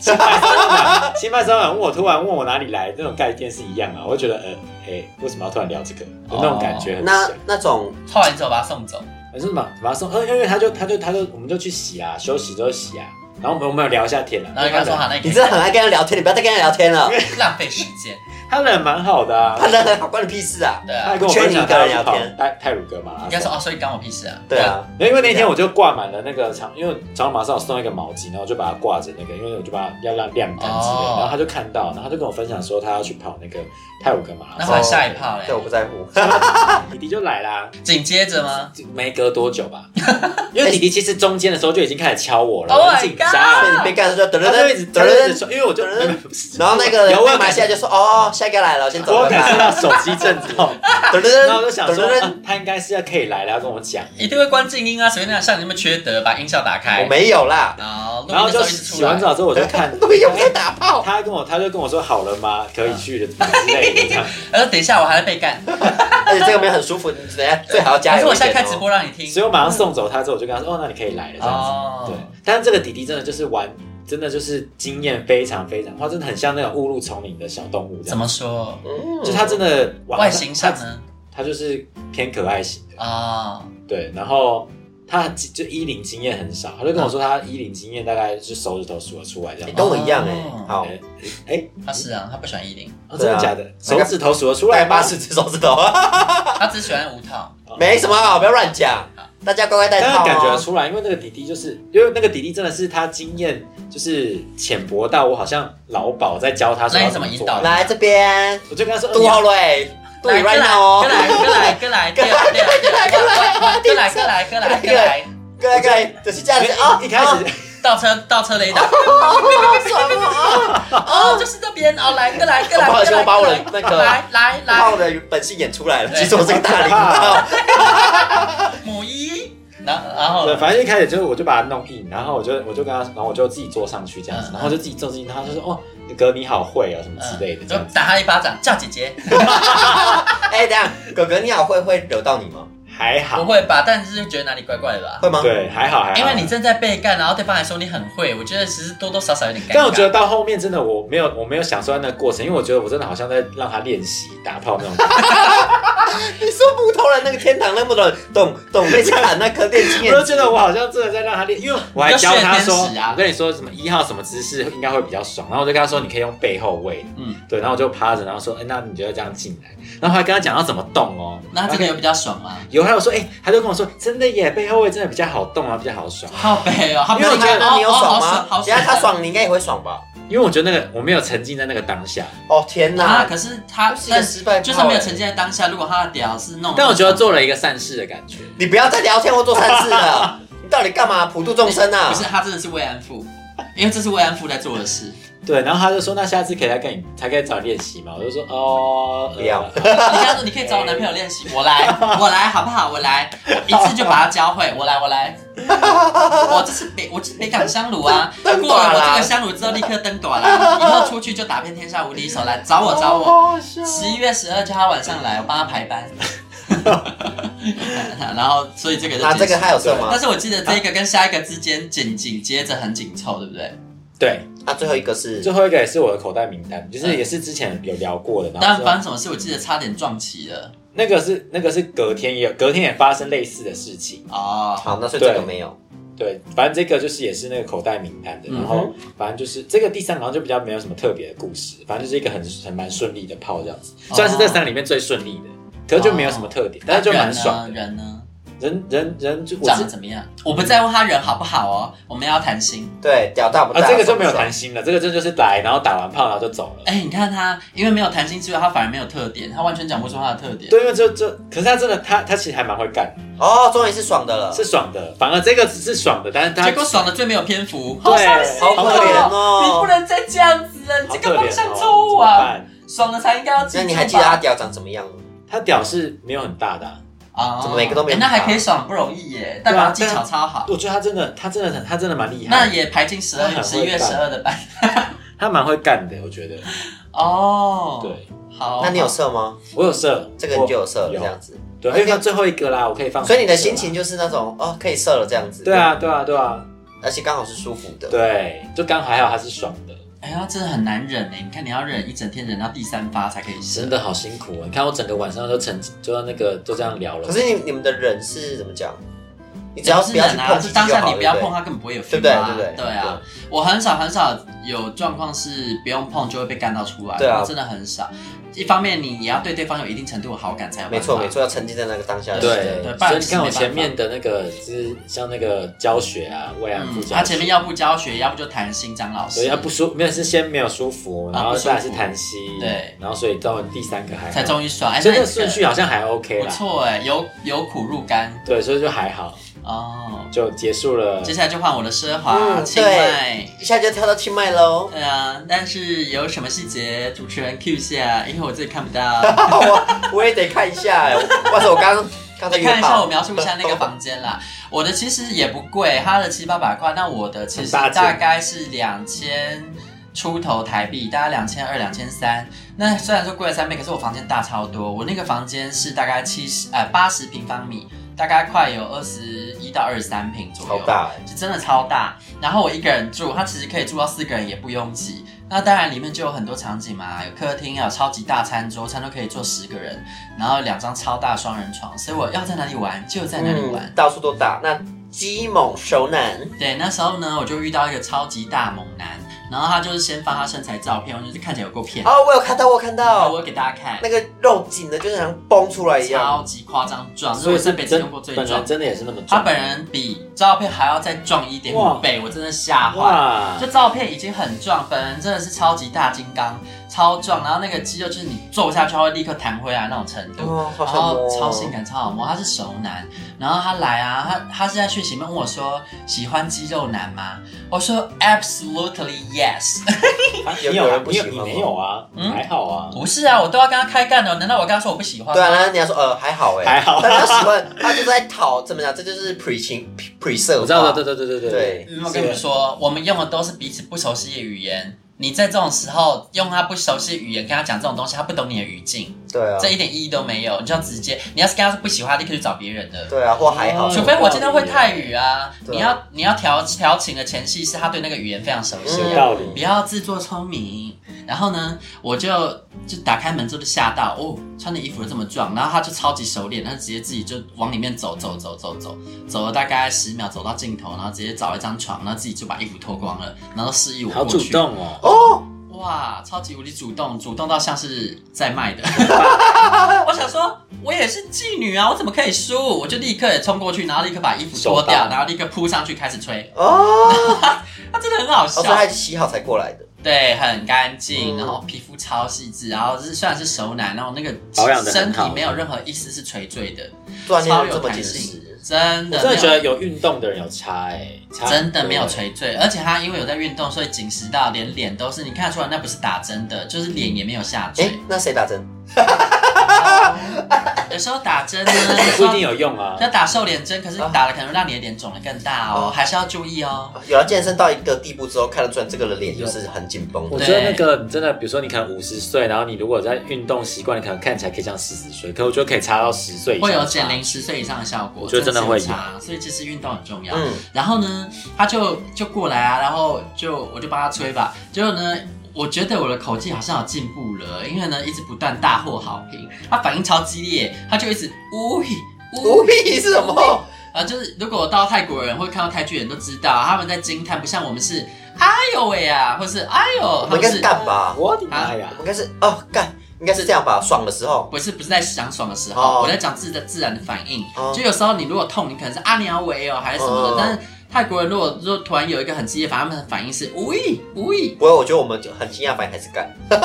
[SPEAKER 4] 新派三晚，新派三晚问我突然问我哪里来那种概念是一样啊，我就觉得呃，哎、为什么要突然聊这个？就那种感觉很像
[SPEAKER 3] 那。那种
[SPEAKER 2] 后来你就把他送走。
[SPEAKER 4] 我说马马上，呃，因为他就他就他就我们就去洗啊，休息之后洗啊，然后我们我们有聊一下天啊，
[SPEAKER 2] 然后你跟他说好，那你可
[SPEAKER 3] 你
[SPEAKER 2] 以
[SPEAKER 3] 真的很爱跟人聊天，你不要再跟人聊天了，
[SPEAKER 2] 浪费时间。
[SPEAKER 4] 他人蛮好的啊
[SPEAKER 3] 他，人很好，关你屁事啊！
[SPEAKER 2] 对
[SPEAKER 4] 他
[SPEAKER 2] 啊
[SPEAKER 4] 还，跟我分享他要去跑
[SPEAKER 3] 不缺你一个人聊天
[SPEAKER 4] 泰泰鲁格马拉
[SPEAKER 2] 应该说
[SPEAKER 4] 松。
[SPEAKER 2] 哦，所以干我屁事啊。
[SPEAKER 3] 对，啊，
[SPEAKER 4] 因为那天我就挂满了那个长，因为长马上有送一个毛巾，然后我就把它挂着那个，因为我就把它要让晾干之类的
[SPEAKER 2] 哦
[SPEAKER 4] 然后他就看到，然后他就跟我分享说他要去跑那个泰鲁格马
[SPEAKER 2] 那
[SPEAKER 4] 拉
[SPEAKER 2] 后来
[SPEAKER 4] 松，
[SPEAKER 2] 下一炮
[SPEAKER 4] 啊
[SPEAKER 2] 嘞
[SPEAKER 3] 对，，我不在乎。
[SPEAKER 4] 弟弟就来啦，
[SPEAKER 2] 紧接着吗？
[SPEAKER 4] 没隔多久 吧，因为弟弟其实中间的时候就已经开始敲我了，
[SPEAKER 2] Oh
[SPEAKER 4] 我
[SPEAKER 2] my
[SPEAKER 4] 很紧张。
[SPEAKER 3] 你被干的时候，噔噔
[SPEAKER 4] 啊他就一直
[SPEAKER 3] 噔
[SPEAKER 4] 他就一
[SPEAKER 3] 噔
[SPEAKER 4] 直
[SPEAKER 3] 噔，
[SPEAKER 4] 说，因为我就
[SPEAKER 3] 噔
[SPEAKER 4] 不是
[SPEAKER 3] 然后那个
[SPEAKER 4] 有我有
[SPEAKER 3] 人马下就说：“哦，下一个来了，我先走
[SPEAKER 4] 我
[SPEAKER 3] 了。”
[SPEAKER 4] 有感受到手机震 动，
[SPEAKER 3] 噔噔噔，
[SPEAKER 4] 然后我就想说，
[SPEAKER 3] 噔噔
[SPEAKER 4] 啊他应该是要可以来了，要跟我讲。
[SPEAKER 2] 一定会关静音啊，随便那样像你那么缺德，把音效打
[SPEAKER 3] 噔
[SPEAKER 2] 开。
[SPEAKER 4] 哎
[SPEAKER 3] 我。没有啦，
[SPEAKER 2] 哦，
[SPEAKER 4] 然后
[SPEAKER 2] 录音
[SPEAKER 4] 就
[SPEAKER 2] 的时候一直出
[SPEAKER 4] 洗
[SPEAKER 2] 来
[SPEAKER 4] 完澡之后，我就 看哎
[SPEAKER 3] 都 没有被打
[SPEAKER 2] 哦
[SPEAKER 3] 炮。
[SPEAKER 4] 他跟我，他就跟我说好了吗？可以去了之类的 这样。
[SPEAKER 2] 然呃后等一下我还在被干，
[SPEAKER 3] 而且这个没有很舒服，你等一下最好要加
[SPEAKER 2] 还是
[SPEAKER 3] 油
[SPEAKER 2] 我
[SPEAKER 3] 一
[SPEAKER 2] 现在
[SPEAKER 3] 点
[SPEAKER 2] 开直
[SPEAKER 3] 哦。
[SPEAKER 2] 播让你听
[SPEAKER 4] 所。以我马上送走他之后，我就跟他说，哦，那你可以来了这样
[SPEAKER 2] 哦，
[SPEAKER 4] 子。对，，但是这个弟弟真的就是玩，真的就是经验非常非常，他真的很像那种误入丛林的小动物这
[SPEAKER 2] 怎
[SPEAKER 4] 样。
[SPEAKER 2] 么说？
[SPEAKER 3] 嗯
[SPEAKER 4] 就他真的玩
[SPEAKER 2] 外形上
[SPEAKER 4] 他
[SPEAKER 2] 呢？
[SPEAKER 4] 他就是偏可爱型的。
[SPEAKER 2] 啊，
[SPEAKER 4] 对，然后他就一零经验很少，他就跟我说他一零经验大概是手指头数得出来这样
[SPEAKER 3] 你。跟我一样哎
[SPEAKER 2] 哦，
[SPEAKER 3] 好，
[SPEAKER 4] 哎哎，
[SPEAKER 2] 他是啊，他不喜欢一零，
[SPEAKER 4] 哦真的假的？手指头数得出
[SPEAKER 3] 大
[SPEAKER 4] 来
[SPEAKER 3] 概
[SPEAKER 4] 吗
[SPEAKER 3] 八十只手指头，
[SPEAKER 2] 他只喜欢五套。
[SPEAKER 3] 没什么好，不要乱讲，大家乖乖戴
[SPEAKER 4] 但
[SPEAKER 3] 套
[SPEAKER 4] 是感觉得
[SPEAKER 3] 哦。
[SPEAKER 4] 出来，因为那个弟弟就是，因为那个弟弟真的是他经验就是浅薄到我好像老鸨在教他。
[SPEAKER 2] 那你怎么引导
[SPEAKER 3] 来这边，
[SPEAKER 4] 我就跟他说，
[SPEAKER 3] 杜浩瑞，杜
[SPEAKER 2] 来，
[SPEAKER 3] 你
[SPEAKER 2] 哥
[SPEAKER 3] right
[SPEAKER 2] 来
[SPEAKER 3] now 哦，
[SPEAKER 2] 哥来，哥来，哥来，哥来，哥来，哥来，哥来，哥来，哥来，哥来，
[SPEAKER 3] 哥来，哥来，就是这样子啊
[SPEAKER 4] 一开始
[SPEAKER 2] 倒车，倒车雷达。哦，就是这边哦，来，哥来，哥来，
[SPEAKER 3] 不好意思
[SPEAKER 2] 哥来
[SPEAKER 3] 我把我的
[SPEAKER 2] 哥来
[SPEAKER 3] 那个
[SPEAKER 2] 来来
[SPEAKER 3] 把我
[SPEAKER 2] 来，
[SPEAKER 3] 的本性演出来了，
[SPEAKER 2] 对
[SPEAKER 3] 其实我是个大领导。
[SPEAKER 2] 母一，然后然后
[SPEAKER 4] 对，反正一开始就我就把它弄硬，然后我就我就跟他，然后我就自己坐上去这样子，
[SPEAKER 2] 嗯
[SPEAKER 4] 然后就自己坐进去，他就说哦，哥你好会哦什么
[SPEAKER 2] 嗯
[SPEAKER 4] 之类的这
[SPEAKER 2] 就
[SPEAKER 4] 样子，
[SPEAKER 2] 打他一巴掌，叫姐姐，
[SPEAKER 3] 哎，等一下，哥哥你好，会会惹到你吗？
[SPEAKER 4] 还
[SPEAKER 2] 不
[SPEAKER 4] 好，
[SPEAKER 2] 会吧？但是就觉得哪里怪怪的吧。
[SPEAKER 3] 会吗？
[SPEAKER 4] 对，还好还好。
[SPEAKER 2] 因为你正在被干，然后对方还说你很会，我觉得其实多多少少有点尴尬。
[SPEAKER 4] 但我觉得到后面真的我没有我没有享受到那个过程，因为我觉得我真的好像在让他练习打炮那种感觉，
[SPEAKER 3] 你说木头人那个天堂那木头人，懂懂被砍那颗炼金眼
[SPEAKER 4] 我就觉得我好像真的在让他练，因为我还教
[SPEAKER 2] 你要
[SPEAKER 4] 他说
[SPEAKER 2] 训练天使啊，
[SPEAKER 4] 我跟你说什么一号什么姿势应该会比较爽，然后我就跟他说你可以用背后位，
[SPEAKER 2] 嗯
[SPEAKER 4] 嗯，对，然后我就趴着，然后说，哎、那你就要这样进来，然后还跟他讲要怎么动哦，
[SPEAKER 2] 那他真的有
[SPEAKER 4] 然后
[SPEAKER 2] 比较爽吗？
[SPEAKER 4] 有，还有说，哎、他就跟我说，真的耶，背后位真的比较好动啊，比较好爽，
[SPEAKER 2] 好悲哦，他不
[SPEAKER 4] 因为
[SPEAKER 2] 是
[SPEAKER 4] 我觉得
[SPEAKER 2] 看
[SPEAKER 3] 那你有
[SPEAKER 2] 哦哦
[SPEAKER 3] 爽
[SPEAKER 2] 好
[SPEAKER 3] 吗？
[SPEAKER 2] 好
[SPEAKER 3] 等一下他
[SPEAKER 2] 爽
[SPEAKER 3] 爽，你应该也会爽吧？
[SPEAKER 4] 因为我觉得那个我没有沉浸在那个当下，
[SPEAKER 3] 哦天
[SPEAKER 2] 啊！
[SPEAKER 3] 哪，
[SPEAKER 2] 可是他
[SPEAKER 3] 是一个
[SPEAKER 2] 但
[SPEAKER 3] 失败炮
[SPEAKER 2] 就是没有沉浸在当下。如果他的屌是弄，
[SPEAKER 4] 但我觉得做了一个善事的感觉，
[SPEAKER 2] 嗯
[SPEAKER 3] 你不要再聊天或做善事了，你到底干嘛普度众生啊
[SPEAKER 2] 哎不？是他真的是慰安妇，因为这是慰安妇在做的事。
[SPEAKER 4] 对，然后他就说，那下次可以来跟你，才可以找你练习嘛，我就说，哦，
[SPEAKER 3] 不要
[SPEAKER 2] 你
[SPEAKER 4] 呃
[SPEAKER 2] 跟他说你可以找我男朋友练习，我 来，我来好不好？我来，一次就把他教会，我来，我 来。我这是北，我这是北港香炉啊，过
[SPEAKER 3] 灯
[SPEAKER 2] 了
[SPEAKER 3] 灯短啦
[SPEAKER 2] 我这个香炉之后立刻登短啦，以后出去就打遍天下无敌手，来找我找我。十一月十二叫他晚上来，我帮他排 班。 然后，所以这个就
[SPEAKER 3] 啊，这
[SPEAKER 2] 结束。
[SPEAKER 3] 个还有色吗
[SPEAKER 2] 但？是我记得这个跟下一个之间紧紧接着很紧凑，对不对？
[SPEAKER 4] 对，
[SPEAKER 3] 啊，最后一个是
[SPEAKER 4] 最后一个也是我的口袋名单，就是也是之前有聊过的，然后
[SPEAKER 2] 嗯但
[SPEAKER 4] 之
[SPEAKER 2] 发生
[SPEAKER 4] 后
[SPEAKER 2] 什么事，我记得差点撞齐了
[SPEAKER 4] 那个是那个是隔天也有，隔天也发生类似的事情。
[SPEAKER 2] 哦。
[SPEAKER 3] 好，那所以这个没有。
[SPEAKER 4] 对，反正这个就是也是那个口袋名单的，
[SPEAKER 2] 嗯哼
[SPEAKER 4] 然后反正就是这个第三个好像就比较没有什么特别的故事，反正就是一个很很蛮顺利的炮这样子，
[SPEAKER 2] 哦
[SPEAKER 4] 算是这三个里面最顺利的，可是就没有什么特点，但是就蛮爽
[SPEAKER 2] 人
[SPEAKER 4] 的。
[SPEAKER 2] 呢？人呢？
[SPEAKER 4] 人人人就我
[SPEAKER 2] 长得
[SPEAKER 4] 是
[SPEAKER 2] 怎么样？我不在乎他人好不好哦，我们要谈心。
[SPEAKER 3] 对，屌大不
[SPEAKER 4] 啊
[SPEAKER 3] 大，
[SPEAKER 4] 这个就没有
[SPEAKER 3] 爽
[SPEAKER 4] 谈心了，这个就就是来然后打完炮然后就走了。
[SPEAKER 2] 哎、你看他，因为没有谈心之外，他反而没有特点，他完全讲不出他的特点。
[SPEAKER 4] 对，因为就就，可是他真的他他其实还蛮会干，
[SPEAKER 2] 嗯
[SPEAKER 3] 不爽哦，终于是爽的了，
[SPEAKER 4] 是爽的，反而这个只是爽的，但是他
[SPEAKER 2] 结果爽的最没有篇幅，
[SPEAKER 4] 对
[SPEAKER 2] 伤心
[SPEAKER 3] 好可怜哦
[SPEAKER 2] 你不能再这样子了，
[SPEAKER 4] 好
[SPEAKER 2] 这
[SPEAKER 4] 可
[SPEAKER 2] 个方
[SPEAKER 4] 怜哦，
[SPEAKER 2] 向错误
[SPEAKER 4] 怎么
[SPEAKER 2] 啊！
[SPEAKER 4] 办
[SPEAKER 2] 爽的才应该要记住吧。
[SPEAKER 3] 那你还记得他屌长什么样吗？
[SPEAKER 4] 他屌是没有很大的啊、
[SPEAKER 2] 啊？
[SPEAKER 3] 怎么每个都没有
[SPEAKER 2] 哎那还可以爽，不容易耶，代
[SPEAKER 4] 对
[SPEAKER 2] 表
[SPEAKER 4] 啊
[SPEAKER 2] 技巧超好。
[SPEAKER 4] 我觉得他真的他真的很他真的
[SPEAKER 3] 啊
[SPEAKER 4] 蛮厉
[SPEAKER 2] 嗯
[SPEAKER 4] 害
[SPEAKER 2] 那
[SPEAKER 4] 的，
[SPEAKER 2] 也排进十二
[SPEAKER 4] 他很
[SPEAKER 2] 十一月
[SPEAKER 4] 会干
[SPEAKER 2] 十二的班
[SPEAKER 4] 他蛮会干的，我觉得。
[SPEAKER 2] 哦。，
[SPEAKER 4] 对，
[SPEAKER 2] 好，
[SPEAKER 3] 那你有射吗？
[SPEAKER 4] 我有射，
[SPEAKER 3] 这个你就有射了
[SPEAKER 4] 我有
[SPEAKER 3] 这样子，
[SPEAKER 4] 对，因为他最后一个啦，我可以放。
[SPEAKER 3] 所以你的心情。就是那种哦，可以射了这样子。
[SPEAKER 4] 对，啊，对啊，对啊，
[SPEAKER 3] 而且刚好是舒服的。
[SPEAKER 4] 对，就刚好还好他是爽的，
[SPEAKER 2] 哎呀，真的很难忍哎！你看你要忍一整天，忍到第三发才可以射
[SPEAKER 4] 真。的好辛苦哦。你看我整个晚上都沉，就那个就这样聊了
[SPEAKER 3] 可。是你你们的人是怎么讲？你只要
[SPEAKER 2] 是
[SPEAKER 3] 不要去
[SPEAKER 2] 忍啊，
[SPEAKER 3] 碰
[SPEAKER 2] 就
[SPEAKER 3] 自己
[SPEAKER 2] 当
[SPEAKER 3] 就
[SPEAKER 2] 下
[SPEAKER 3] 好
[SPEAKER 2] 你
[SPEAKER 3] 了，
[SPEAKER 2] 不要
[SPEAKER 3] 对
[SPEAKER 2] 碰，
[SPEAKER 3] 对？
[SPEAKER 2] 它根本不会有 feel
[SPEAKER 3] 对不对
[SPEAKER 2] 啊
[SPEAKER 3] 对不对
[SPEAKER 2] 啊，我很少很少有状况是不用碰就会被干到出来，
[SPEAKER 3] 对啊
[SPEAKER 2] 真的很少。一方面你也要对对方有一定程度的好感才有办法
[SPEAKER 3] 没错没，错，要沉浸在那个当下。
[SPEAKER 4] 对
[SPEAKER 2] 对，不然
[SPEAKER 4] 所以
[SPEAKER 2] 是没
[SPEAKER 4] 你看我
[SPEAKER 2] 办法
[SPEAKER 4] 前面的那个，就是像那个教学啊，慰安妇
[SPEAKER 2] 嗯，
[SPEAKER 4] 教学，
[SPEAKER 2] 他前面要不教学，要不就谈心张老师，
[SPEAKER 4] 对，要不舒，没有是先没有舒服，然
[SPEAKER 2] 啊
[SPEAKER 4] 后
[SPEAKER 2] 不舒服
[SPEAKER 4] 再来是痰息，
[SPEAKER 2] 对，
[SPEAKER 4] 然后所以到第三个还好
[SPEAKER 2] 才终于爽。哎，
[SPEAKER 4] 所以这
[SPEAKER 2] 那
[SPEAKER 4] 个
[SPEAKER 2] 你
[SPEAKER 4] 顺序好像还 OK
[SPEAKER 2] 不
[SPEAKER 4] 啦，
[SPEAKER 2] 错哎，由由苦入甘
[SPEAKER 4] 对，所以就还好，
[SPEAKER 2] 哦。
[SPEAKER 4] 就结束了。
[SPEAKER 2] 接下来就换我的奢华
[SPEAKER 3] 嗯
[SPEAKER 2] 清迈。
[SPEAKER 3] 一下就跳到清迈喽。
[SPEAKER 2] 对啊，但是有什么细节主持人 Q 下，因为我自己看不 到。
[SPEAKER 3] 我我也得看一下哎，我哇塞，我刚刚才
[SPEAKER 2] 你
[SPEAKER 3] 约
[SPEAKER 2] 看一下，
[SPEAKER 3] 炮
[SPEAKER 2] 我描述一下那个房间啦。我的其实也不贵，它的七八百块，那我的其实
[SPEAKER 4] 很大间
[SPEAKER 2] 大概是两千出头台币，大概两千二、两千三。那虽然说贵了三倍，可是我房间大超多。我那个房间是大概七十呃八十平方米，大概快有二十一到二十三平左
[SPEAKER 3] 好
[SPEAKER 2] 右。
[SPEAKER 3] 大哎，
[SPEAKER 2] 是真的超大。然后我一个人住，它其实可以住到四个人也不拥挤。那当然里面就有很多场景嘛，有客厅，有超级大餐桌，餐桌可以坐十个人，然后两张超大双人床。所以我要在哪里玩就在哪里玩。
[SPEAKER 3] 嗯，到处都大。那鸡猛熟男，
[SPEAKER 2] 对，那时候呢，我就遇到一个超级大猛男，然后他就是先发他身材照片，我就是看起来有够骗。
[SPEAKER 3] 哦，我有看到，我有看
[SPEAKER 2] 然后
[SPEAKER 3] 到
[SPEAKER 2] 我给大家看
[SPEAKER 3] 那，个肉紧的，就是好像崩出来一样。
[SPEAKER 2] 超级夸张壮，这是
[SPEAKER 4] 所
[SPEAKER 2] 我
[SPEAKER 4] 以是
[SPEAKER 2] 这辈子
[SPEAKER 4] 真
[SPEAKER 2] 用过最
[SPEAKER 4] 本
[SPEAKER 2] 壮
[SPEAKER 4] 人。真的也是那么壮，
[SPEAKER 2] 他本人比照片还要再壮一点
[SPEAKER 4] 哇
[SPEAKER 2] 五倍，我真的吓坏。
[SPEAKER 4] 哇，
[SPEAKER 2] 就照片已经很壮，本人真的是超级大金刚，超壮，然后那个肌肉就是你坐下去，它会立刻弹回来那种程度。
[SPEAKER 3] 哦，好
[SPEAKER 2] 然
[SPEAKER 3] 想摸
[SPEAKER 2] 后
[SPEAKER 3] 哦
[SPEAKER 2] 超性感，超好摸。他是熟男，然后他来啊，他他是在讯息里面问我说喜欢肌肉男吗？我说 absolutely yes。
[SPEAKER 4] 啊
[SPEAKER 3] 有
[SPEAKER 4] 你有
[SPEAKER 3] 有
[SPEAKER 4] 啊
[SPEAKER 3] 人不
[SPEAKER 4] 你有
[SPEAKER 3] 喜
[SPEAKER 4] 你
[SPEAKER 3] 欢吗
[SPEAKER 4] 没有啊？
[SPEAKER 2] 嗯
[SPEAKER 4] 还好啊，
[SPEAKER 2] 不是啊，我都要跟他开干了，难道我跟他说我不喜欢
[SPEAKER 3] 对
[SPEAKER 2] 吗？
[SPEAKER 3] 啊，然后人家说呃还好哎，
[SPEAKER 4] 还好
[SPEAKER 3] 但他喜欢，他就是在讨怎么讲，这就是 pre 情 pre 色，
[SPEAKER 4] 我知道的，对对对对
[SPEAKER 3] 对
[SPEAKER 2] 嗯我跟你们说，我们用的都是彼此不熟悉的语言。你在这种时候用他不熟悉的语言跟他讲这种东西，他不懂你的语境。
[SPEAKER 3] 对啊，
[SPEAKER 2] 这一点意义都没有。你就要直接，你要是跟他说不喜欢，立刻去找别人的。
[SPEAKER 3] 对啊，或还好，
[SPEAKER 4] 哦
[SPEAKER 2] 除非我今天会泰语啊，
[SPEAKER 3] 对啊
[SPEAKER 2] 你要你要调调情的前戏是他对那个语言非常熟悉
[SPEAKER 3] 嗯
[SPEAKER 2] 啊，
[SPEAKER 4] 有道理。
[SPEAKER 2] 不要自作聪明。然后呢，我就就打开门之后就吓到，哦，穿的衣服都这么壮，然后他就超级熟练，他就直接自己就往里面走走走走走，走了大概十秒，走到尽头，然后直接找一张床，然后自己就把衣服脱光了，然后示意我
[SPEAKER 4] 好
[SPEAKER 2] 过
[SPEAKER 4] 主
[SPEAKER 2] 去。
[SPEAKER 4] 动哦，
[SPEAKER 3] 哦，
[SPEAKER 2] 哇，超级无敌主动，主动到像是在卖 的。我想说，我也是妓女啊，我怎么可以输？我就立刻也冲过去，然后立刻把衣服脱
[SPEAKER 4] 手
[SPEAKER 2] 掉，
[SPEAKER 4] 刀
[SPEAKER 2] 然后立刻扑上去开始吹。
[SPEAKER 3] 哦，
[SPEAKER 2] 他真的很好笑
[SPEAKER 3] 哦，所以，他洗好才过来的，
[SPEAKER 2] 对，很干净，
[SPEAKER 3] 嗯
[SPEAKER 2] 然后皮肤超细致，然后就是虽然是熟男，然后那个
[SPEAKER 4] 保养得
[SPEAKER 2] 身
[SPEAKER 4] 很
[SPEAKER 2] 体
[SPEAKER 4] 好
[SPEAKER 2] 没有任何一丝是垂坠的，
[SPEAKER 3] 锻
[SPEAKER 2] 超
[SPEAKER 3] 炼
[SPEAKER 2] 有
[SPEAKER 3] 这么
[SPEAKER 2] 弹
[SPEAKER 3] 紧
[SPEAKER 2] 性
[SPEAKER 3] 实，，
[SPEAKER 2] 真
[SPEAKER 4] 我
[SPEAKER 2] 的
[SPEAKER 4] 真的觉
[SPEAKER 2] 没有
[SPEAKER 4] 得有运动的人有差哎，差很
[SPEAKER 2] 真的
[SPEAKER 4] 多
[SPEAKER 2] 没有垂坠，而且他因为有在运动，所以紧实到连脸都是，你看得出来那不是打针的，就是脸也没有下
[SPEAKER 3] 哎、
[SPEAKER 2] 坠。哦
[SPEAKER 3] 那谁打针？
[SPEAKER 2] 有时候打针呢，有时
[SPEAKER 4] 不
[SPEAKER 2] 候
[SPEAKER 4] 一定有 用啊。
[SPEAKER 2] 要打瘦脸针，可是打了可能让你的脸肿得更大哦，还是要注意哦。
[SPEAKER 3] 有了健身到一个地步之后，看得出来这个人脸就是很紧绷
[SPEAKER 4] 我
[SPEAKER 3] 的。
[SPEAKER 4] 觉得那个你真的，比如说你可能五十岁，然后你如果在运动习惯，你可能看起来可以像四十岁，可我觉得可以差到十岁以上。
[SPEAKER 2] 会有减龄十岁以上的效果，
[SPEAKER 4] 我觉得真的会有
[SPEAKER 2] 差，所以其实运动很重要。
[SPEAKER 3] 嗯，
[SPEAKER 2] 然后呢，他就就过来啊，然后就我就帮他吹吧。结果呢，我觉得我的口技好像有进步了，因为呢一直不断大获好评，他反应超激烈，他就一直呜嘿
[SPEAKER 3] 无屁是什么？
[SPEAKER 2] 啊，就是如果到泰国人或看到泰剧人都知道，他们在惊叹，不像我们是哎呦喂啊，或是哎呦，
[SPEAKER 3] 我
[SPEAKER 2] 他
[SPEAKER 3] 们
[SPEAKER 2] 们
[SPEAKER 3] 应该是
[SPEAKER 2] 是
[SPEAKER 3] 干吧？
[SPEAKER 4] 我的妈呀！
[SPEAKER 3] 我们应该是哦干，应该是这样吧？爽的时候，
[SPEAKER 2] 不是不是在想爽的时候，
[SPEAKER 3] 哦
[SPEAKER 2] 我在讲自己的自然的反应。
[SPEAKER 3] 哦
[SPEAKER 2] 就有时候你如果痛，你可能是啊你要喂哦还是什么的，
[SPEAKER 3] 哦
[SPEAKER 2] 但是泰国人如果如果突然有一个很激烈的反应，他们的反应是无意无意，
[SPEAKER 3] 不过我觉得我们就很惊讶，反应还是干，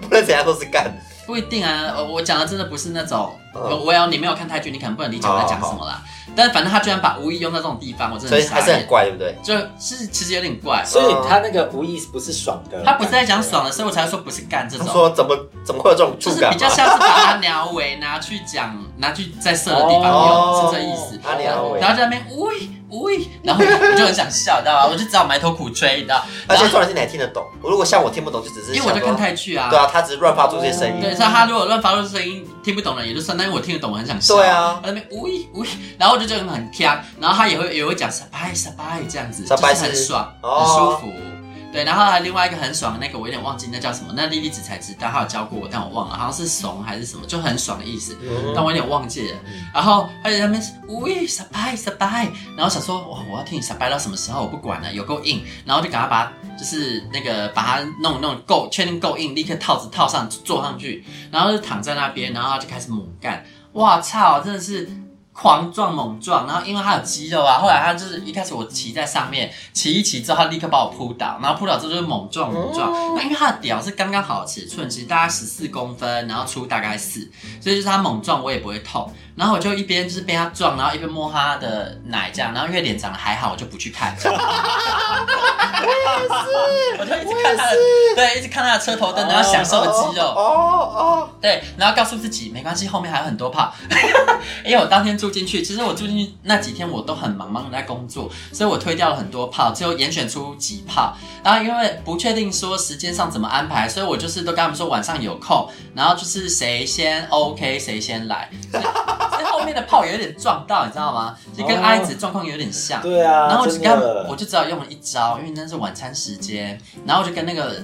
[SPEAKER 3] 不论怎样都是干。
[SPEAKER 2] 不一定啊。我我讲的真的不是那种，
[SPEAKER 3] 嗯
[SPEAKER 2] 我我有你没有看泰剧，你可能不能理解我在讲什么啦。哦但反正他居然把无意用到这种地方，我真
[SPEAKER 3] 哦所
[SPEAKER 2] 的
[SPEAKER 3] 以
[SPEAKER 2] 傻
[SPEAKER 3] 还是很
[SPEAKER 2] 眼。
[SPEAKER 3] 怪，对不对？
[SPEAKER 2] 就是其实有点怪，
[SPEAKER 4] 所以他那个无意不是爽的，
[SPEAKER 2] 哦他不是在讲爽的，所以我才会说不是干这
[SPEAKER 3] 他
[SPEAKER 2] 种。
[SPEAKER 3] 说怎么怎么会有这种
[SPEAKER 2] 就
[SPEAKER 3] 触
[SPEAKER 2] 是
[SPEAKER 3] 感
[SPEAKER 2] 比较
[SPEAKER 3] 嘛？
[SPEAKER 2] 像是把它鸟尾拿去讲，拿去在射的地方用，
[SPEAKER 3] 哦
[SPEAKER 2] 是这意思。
[SPEAKER 3] 阿鸟尾
[SPEAKER 2] 然后就在那边喂喂，然后我就很想笑，你知道吗？我就只好埋头苦吹，你知道。
[SPEAKER 3] 而
[SPEAKER 2] 然
[SPEAKER 3] 且
[SPEAKER 2] 后
[SPEAKER 3] 重点是你还听得懂，如果像我听不懂，就只是
[SPEAKER 2] 因为我就
[SPEAKER 3] 想说
[SPEAKER 2] 看泰剧啊，
[SPEAKER 3] 对啊，他只是乱发出这些声音
[SPEAKER 2] 对，所以他如果乱发出声音听不懂的也就算，但是我听得懂，我很想笑。
[SPEAKER 3] 对啊
[SPEAKER 2] 我在那边喂喂，然后我就觉得很呛，然后他也会也会讲 s b y s b y 这样子，
[SPEAKER 3] Sabai
[SPEAKER 2] 就是很
[SPEAKER 3] 是
[SPEAKER 2] 爽，很舒
[SPEAKER 3] 哦
[SPEAKER 2] 服。对，然后还有另外一个很爽的那个，我有点忘记那叫什么，那莉莉子才知道，她有教过我，但我忘了，好像是怂还是什么，就很爽的意思。
[SPEAKER 3] 嗯
[SPEAKER 2] 但我有点忘记了。然后而且他们是喂失败失败，然后想说哇，我要听你失败到什么时候，我不管了，有够硬，然后就赶快把它就是那个把它弄弄够，确定够硬，立刻套子套上坐上去，然后就躺在那边，然后他就开始猛干，哇操，真的是。狂撞猛撞，然后因为他有肌肉啊，后来他就是一开始我骑在上面，骑一骑之后，他立刻把我扑倒，然后扑倒之后就是猛撞猛撞。那因为他的屌是刚刚好的尺寸，其实大概十四公分，然后粗大概四，所以就是他猛撞我也不会痛。然后我就一边就是被他撞，然后一边摸他的奶这样，然后因为脸长得还好，我就不去看。 我就一直看他的，对，一直看他的车头灯，然后享受的肌肉。
[SPEAKER 3] 哦
[SPEAKER 2] 对，然后告诉自己没关系，后面还有很多炮。 因为我当天住进去，其实我住进去那几天我都很忙忙的在工作，所以我推掉了很多炮，只有严选出几炮。然后因为不确定说时间上怎么安排，所以我就是都跟他们说晚上有空，然后就是谁先 OK 谁先来。所以所以后面的炮有点撞到，你知道吗？就跟阿姨子状况有点像。
[SPEAKER 4] 对啊，
[SPEAKER 2] 然后我就
[SPEAKER 4] 真
[SPEAKER 2] 跟他
[SPEAKER 4] 的
[SPEAKER 2] 我就只好用了一招，因为那是晚餐时间，然后我就跟那个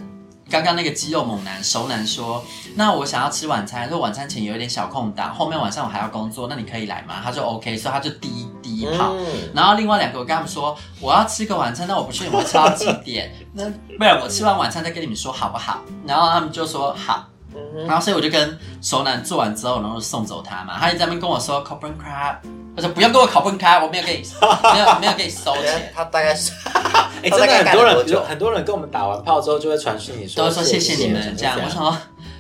[SPEAKER 2] 刚刚那个肌肉猛男熟男说，那我想要吃晚餐，说晚餐前有一点小空档，后面晚上我还要工作，那你可以来吗？他就 OK，所以他就第一第一炮。
[SPEAKER 3] 嗯，
[SPEAKER 2] 然后另外两个，我跟他们说我要吃个晚餐，但我不确定我会吃到几点，那不然我吃完晚餐再跟你们说好不好？然后他们就说好，
[SPEAKER 3] 嗯
[SPEAKER 2] 然后所以我就跟熟男做完之后，然后就送走他嘛，他一直在那边跟我说 c o p e n crab，我说不用跟我 c o p e n crab，我没有给你，没有没有给你收钱。
[SPEAKER 3] 他大概是
[SPEAKER 4] 哎、
[SPEAKER 3] 他
[SPEAKER 4] 真
[SPEAKER 3] 大
[SPEAKER 4] 的
[SPEAKER 3] 概
[SPEAKER 4] 很
[SPEAKER 3] 干
[SPEAKER 4] 多
[SPEAKER 3] 了多
[SPEAKER 4] 人，
[SPEAKER 3] 久
[SPEAKER 4] 就很多人跟我们打完炮之后就会传讯你说，
[SPEAKER 2] 都说谢谢你们这样，我想说哦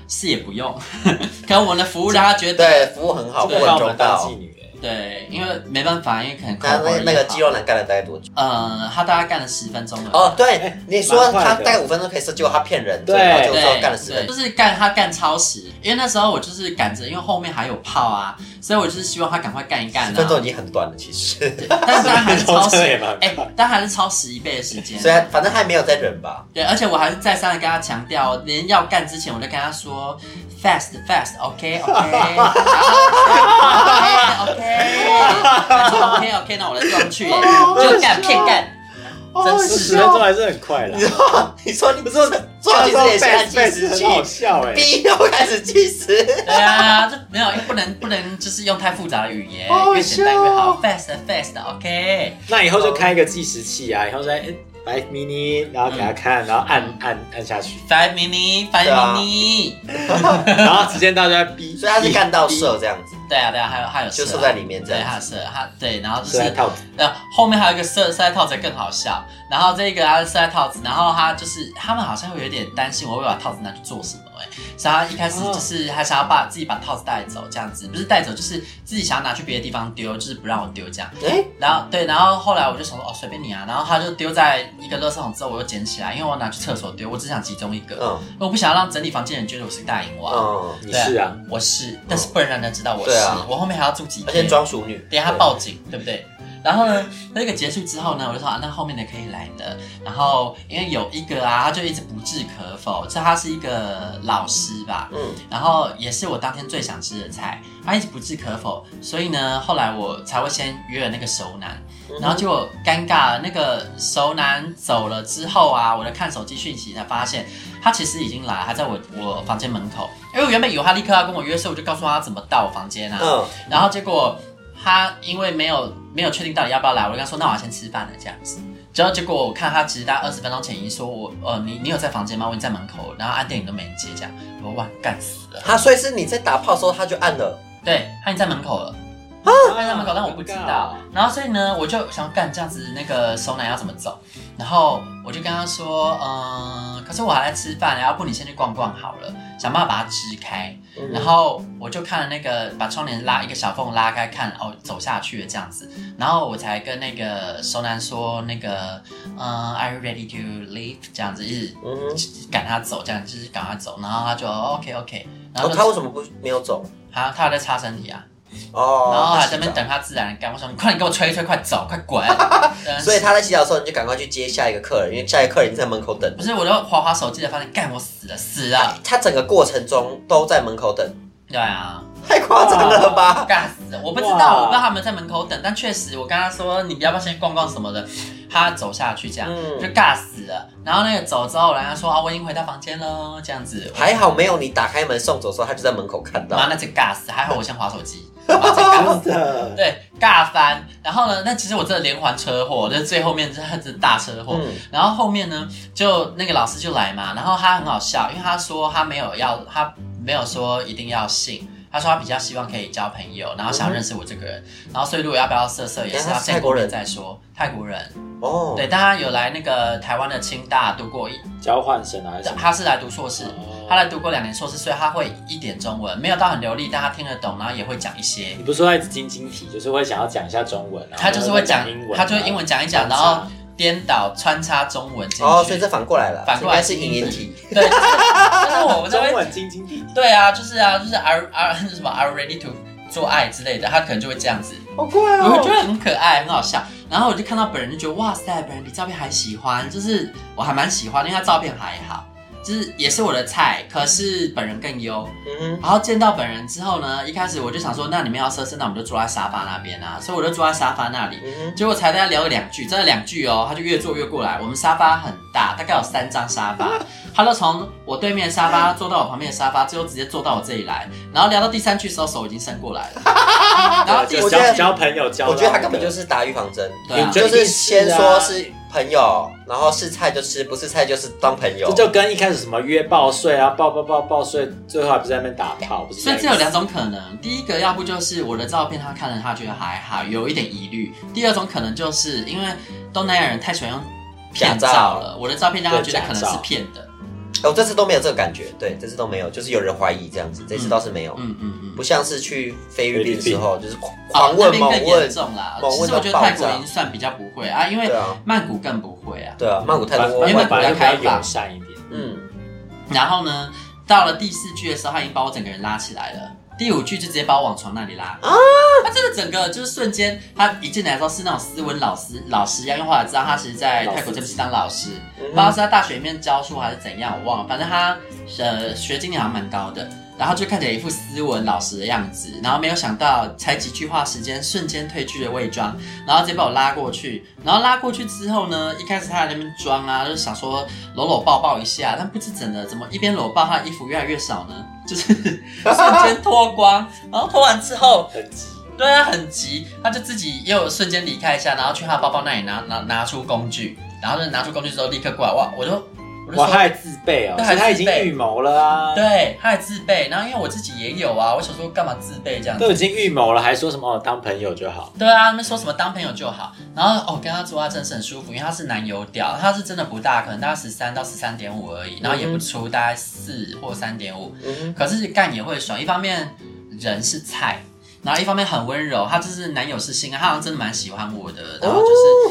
[SPEAKER 2] 是也不用， 可能我们的服务让他觉得
[SPEAKER 3] 对服务很好，
[SPEAKER 4] 这个
[SPEAKER 3] 服务
[SPEAKER 4] 把
[SPEAKER 3] 很
[SPEAKER 4] 我
[SPEAKER 3] 周
[SPEAKER 4] 们当妓
[SPEAKER 3] 到。
[SPEAKER 4] 女、哎
[SPEAKER 2] 对，因为没办法，因为可能
[SPEAKER 3] 那那那个肌
[SPEAKER 2] 肉，
[SPEAKER 3] 肉男干了大概多久？
[SPEAKER 2] 呃，他大概干了十分钟了。
[SPEAKER 3] 哦，对，你说
[SPEAKER 4] 蛮快的
[SPEAKER 3] 他大概五分钟可以射，结果他骗人，
[SPEAKER 4] 对
[SPEAKER 3] 所以他就
[SPEAKER 2] 对，
[SPEAKER 3] 说干了十
[SPEAKER 2] 对
[SPEAKER 3] 分
[SPEAKER 2] 就
[SPEAKER 3] 钟。
[SPEAKER 2] 是干他干超时，因为那时候我就是赶着，因为后面还有炮啊，所以我就是希望他赶快干一干、啊。
[SPEAKER 3] 十分钟已经很短了，其实，
[SPEAKER 2] 但是当然还是超时，
[SPEAKER 4] 这也蛮
[SPEAKER 2] 哎、但还是超时一倍的时间。
[SPEAKER 3] 所以他反正他也没有在忍吧。
[SPEAKER 2] 对，而且我还是再三的跟他强调，连要干之前我就跟他说 fast fast，OK OK，, 然后 OK OK，OK OK，那我来撞去，就干骗干，真
[SPEAKER 4] 这
[SPEAKER 2] 是
[SPEAKER 4] 十
[SPEAKER 2] 的
[SPEAKER 4] 分钟哦还是很快啦。
[SPEAKER 3] 你说你
[SPEAKER 4] 不是说
[SPEAKER 3] 做到几次也下计
[SPEAKER 4] face
[SPEAKER 3] 时
[SPEAKER 4] face
[SPEAKER 3] 器
[SPEAKER 4] 很好笑哎、
[SPEAKER 3] 逼又开始计时，
[SPEAKER 2] 对啊，就没有不能不能就是用太复杂的语言，越简单越好，fast fast，OK，、
[SPEAKER 4] 那以后就开一个计时器啊，以后再哎来迷你，然后给他看，然后按按按 下去，
[SPEAKER 2] five minute five
[SPEAKER 3] 对啊
[SPEAKER 2] minute，
[SPEAKER 4] 然后时间到就在逼，
[SPEAKER 3] 所以他是干到射这样 子，
[SPEAKER 2] 对啊对啊，还有还有
[SPEAKER 3] 就
[SPEAKER 2] 射
[SPEAKER 3] 射
[SPEAKER 2] 啊
[SPEAKER 3] 在里面这
[SPEAKER 2] 对，还
[SPEAKER 3] 样
[SPEAKER 2] 有
[SPEAKER 3] 子。
[SPEAKER 2] 射，他对，然后就是
[SPEAKER 4] 是在套子。
[SPEAKER 2] 那呃后面还有一个色塞套子更好笑，然后这个他是塞套子，然后他就是他们好像会有点担心我会把套子拿去做什么哎、欸，所以他一开
[SPEAKER 3] 哦
[SPEAKER 2] 始就是他想要把自己把套子带走这样子，不是带走就是自己想要拿去别的地方丢，就是不让我丢这样。
[SPEAKER 3] 哎，
[SPEAKER 2] 然后对，然后后来我就想说哦随便你啊，然后他就丢在一个垃圾桶之后，我又捡起来，因为我拿去厕所丢，我只想集中一个，
[SPEAKER 3] 嗯
[SPEAKER 2] 我不想让整理房间的人觉得我是大淫娃。
[SPEAKER 3] 嗯，
[SPEAKER 4] 你是啊，
[SPEAKER 2] 我是，但是不能让人家知道我是，
[SPEAKER 3] 对啊
[SPEAKER 2] 我后面还要住几
[SPEAKER 3] 而且
[SPEAKER 2] 天。
[SPEAKER 3] 装熟女，
[SPEAKER 2] 等一下他报警，对不对？然后呢，那个结束之后呢，我就说啊，那后面的可以来的。然后因为有一个啊，他就一直不置可否，这他是一个老师吧，
[SPEAKER 3] 嗯，
[SPEAKER 2] 然后也是我当天最想吃的菜，他一直不置可否，所以呢，后来我才会先约了那个熟男，然后结果尴尬了，那个熟男走了之后啊，我在看手机讯息才发现他其实已经来了，还在我我房间门口，因为我原本以为他立刻要跟我约，所以我就告诉他怎么到我房间啊，
[SPEAKER 3] 嗯，
[SPEAKER 2] 然后结果他因为没有没有确定到底要不要来，我就跟他说那我要先吃饭了这样子。之后结果我看他其实大概二十分钟前已经说我，呃，你你有在房间吗？我已经在门口，然后按电影都没接，这样，我哇干死了。
[SPEAKER 3] 他所以是你在打炮的时候他就按了，
[SPEAKER 2] 对，他已经在门口了，哦他已经在门口，但我不知道。然后所以呢，我就想干这样子，那个熟男要怎么走？然后我就跟他说，嗯、可是我还在吃饭，要不你先去逛逛好了，想办法把它支开。
[SPEAKER 3] 嗯
[SPEAKER 2] 然后我就看那个把窗帘拉一个小缝拉开看，哦，走下去了这样子。然后我才跟那个熟男说，那个，嗯、a r e you ready to leave？这样子，一直
[SPEAKER 3] 嗯哼，
[SPEAKER 2] 赶他走，这样就是赶他走。然后他就 OK OK，然后
[SPEAKER 3] 哦
[SPEAKER 2] 就、
[SPEAKER 3] 他为什么不没有走？
[SPEAKER 2] 他他有在擦身体啊。
[SPEAKER 3] 哦，
[SPEAKER 2] 然后还
[SPEAKER 3] 他
[SPEAKER 2] 在那
[SPEAKER 3] 洗
[SPEAKER 2] 边
[SPEAKER 3] 澡
[SPEAKER 2] 等他自然干，我想你快点给我吹一吹，快走，快滚！真是
[SPEAKER 3] 所以他在洗澡的时候，你就赶快去接下一个客人，因为下一个客人已经在门口等
[SPEAKER 2] 不。是我都滑滑手机的，发现干我死了死了，
[SPEAKER 3] 他整个过程中都在门口等，
[SPEAKER 2] 对啊，
[SPEAKER 3] 太夸张了吧？
[SPEAKER 2] 干死了！我不知道，
[SPEAKER 4] 哇
[SPEAKER 2] 我不知道他们在门口等，但确实我跟他说你要不要先逛逛什么的，他走下去这样、
[SPEAKER 3] 嗯
[SPEAKER 2] 就尬死了。然后那个走之后，然后他说啊我已经回到房间了，这样子，
[SPEAKER 3] 还好没有你打开门送走的时候，他就在门口看
[SPEAKER 2] 妈
[SPEAKER 3] 到。
[SPEAKER 2] 那只尬死，还好我先滑手机， 把这尬死。
[SPEAKER 4] 的
[SPEAKER 2] 对，尬翻。然后呢，那其实我真的连环车祸，就是最后面真的是大车祸。
[SPEAKER 3] 嗯
[SPEAKER 2] 然后后面呢，就那个老师就来嘛，然后他很好笑，因为他说他没有要，他没有说一定要信。他说他比较希望可以交朋友，然后想认识我这个人，然后所以如果要不要色色也是
[SPEAKER 3] 等一下
[SPEAKER 2] 要
[SPEAKER 3] 他是
[SPEAKER 2] 见过
[SPEAKER 3] 嗯泰国
[SPEAKER 2] 面
[SPEAKER 3] 人
[SPEAKER 2] 再说。泰国人，
[SPEAKER 3] 哦，
[SPEAKER 2] 对，但他有来那个台湾的清大读过一，
[SPEAKER 4] 交换生啊还是什么？
[SPEAKER 2] 他是来读硕士，
[SPEAKER 4] 哦
[SPEAKER 2] 他来读过两年硕士，所以他会一点中文，没有到很流利，但他听得懂，然后也会讲一些。
[SPEAKER 3] 哦
[SPEAKER 4] 你不是说在晶晶体，就是会想要讲一下中文，然后
[SPEAKER 2] 他就是会讲
[SPEAKER 3] 啊
[SPEAKER 4] 英文，，
[SPEAKER 2] 他就会英文讲一讲，然后颠倒穿插中文进去。
[SPEAKER 3] 哦，所以这反过来了，
[SPEAKER 2] 反过来
[SPEAKER 3] 这应该是
[SPEAKER 2] 英
[SPEAKER 3] 影
[SPEAKER 2] 文
[SPEAKER 3] 音体。
[SPEAKER 2] 对，就是就是我们就
[SPEAKER 4] 中
[SPEAKER 2] 会
[SPEAKER 4] 文晶晶体。
[SPEAKER 2] 对啊，就是啊，就是 are are 是什么 are ready to 做爱之类的，他可能就会这样子，
[SPEAKER 3] 好怪
[SPEAKER 2] 我就觉得很可爱，很好笑。然后我就看到本人就觉得哇塞，本人比照片还喜欢，就是我还蛮喜欢，因为他照片还好，就是也是我的菜，可是本人更优。
[SPEAKER 3] 嗯
[SPEAKER 2] 然后见到本人之后呢，一开始我就想说，那你们要色色，那我们就坐在沙发那边啊，所以我就坐在沙发那里。
[SPEAKER 3] 哼，嗯
[SPEAKER 2] 结果才大家聊了两句，真的两句哦，他就越坐越过来。我们沙发很大，大概有三张沙发， 他就从我对面的沙发坐到我旁边的沙发，最后直接坐到我这里来。然后聊到第三句的时候，手已经伸过来了。然后第
[SPEAKER 4] 就
[SPEAKER 3] 我
[SPEAKER 2] 五
[SPEAKER 3] 觉
[SPEAKER 4] 交
[SPEAKER 3] 得
[SPEAKER 4] 交朋友交
[SPEAKER 3] 哼，
[SPEAKER 4] 到
[SPEAKER 3] 我
[SPEAKER 4] 一个，
[SPEAKER 3] 觉得他根本就是打预防针，
[SPEAKER 2] 对啊
[SPEAKER 3] 就
[SPEAKER 4] 就一定
[SPEAKER 3] 是
[SPEAKER 4] 是
[SPEAKER 3] 先说
[SPEAKER 4] 啊
[SPEAKER 3] 是朋友，然后是菜就吃，不是菜就是当朋友
[SPEAKER 4] 这。就跟一开始什么约报税啊，报报报报税，最后还不是在那边打炮，不是？
[SPEAKER 2] 所以只有两，种可能，第一个要不就是我的照片他看了他觉得还好，有一点疑虑；第二种可能就是因为东南亚人太喜欢用骗
[SPEAKER 3] 假
[SPEAKER 2] 照
[SPEAKER 3] 照
[SPEAKER 2] 了，我的照片让他觉得可能
[SPEAKER 4] 对假
[SPEAKER 2] 是
[SPEAKER 4] 照
[SPEAKER 2] 骗的。
[SPEAKER 3] 哦，这次都没有这个感觉，对，这次都没有，就是有人怀疑这样子，这次倒是没有，
[SPEAKER 2] 嗯嗯嗯。
[SPEAKER 3] 不像是去菲律宾的时候就是狂
[SPEAKER 2] 哦
[SPEAKER 3] 狂，问
[SPEAKER 2] 那
[SPEAKER 3] 猛
[SPEAKER 2] 边更
[SPEAKER 3] 问
[SPEAKER 2] 严，重啦。
[SPEAKER 3] 猛
[SPEAKER 2] 其
[SPEAKER 3] 问
[SPEAKER 2] 实
[SPEAKER 3] 到
[SPEAKER 2] 我觉得泰
[SPEAKER 3] 爆
[SPEAKER 2] 国
[SPEAKER 3] 炸
[SPEAKER 2] 已经算比较不会啊，因为
[SPEAKER 3] 对啊
[SPEAKER 2] 曼谷更不会啊。
[SPEAKER 3] 对啊，曼谷太
[SPEAKER 4] 反
[SPEAKER 3] 多
[SPEAKER 4] 正
[SPEAKER 2] 因为
[SPEAKER 4] 本来就比较友善一点。
[SPEAKER 3] 嗯，
[SPEAKER 2] 然后呢，到了第四句的时候，他已经把我整个人拉起来了。第五句就直接把我往床那里拉啊！他真的整个就是瞬间，他一进来的时候是那种斯文老师老师一样，因为我知道他其实在泰国这边是当老师，
[SPEAKER 3] 嗯
[SPEAKER 2] 不知道是在大学里面教书还是怎样，我忘了。反正他呃学经历好像蛮高的，然后就看起来一副斯文老实的样子，然后没有想到才几句话时间，瞬间褪去了伪装，然后直接把我拉过去，然后拉过去之后呢，一开始他在那边装啊，就是想说搂搂抱抱一下，但不知怎的，怎么一边搂抱他的衣服越来越少呢？就是 瞬间脱光，然后脱完之后，
[SPEAKER 4] 很急，
[SPEAKER 2] 对他很急，他就自己又瞬间离开一下，然后去他的包包那里拿拿拿出工具，然后就拿出工具之后立刻过来，哇，我就我就
[SPEAKER 4] 哇，
[SPEAKER 2] 说
[SPEAKER 4] 他还自备哦，
[SPEAKER 2] 对
[SPEAKER 4] 所以他已经
[SPEAKER 2] 还自备
[SPEAKER 4] 预谋了啊，
[SPEAKER 2] 对，他还自备，然后因为我自己也有啊，我想说干嘛自备这样子
[SPEAKER 4] 都已经预谋了，还说什么哦当朋友就好，
[SPEAKER 2] 对啊，他们说什么当朋友就好。然后哦，跟他做爱真的是很舒服，因为他是男友屌，他是真的不大，可能大概十三到十三点五而
[SPEAKER 3] 嗯
[SPEAKER 2] 已，然后也不出大概四或三点五，可是干也会爽。一方面人是菜。然后一方面很温柔，他就是男友是性爱，他好像真的蛮喜欢我的。然
[SPEAKER 3] 哦
[SPEAKER 2] 后就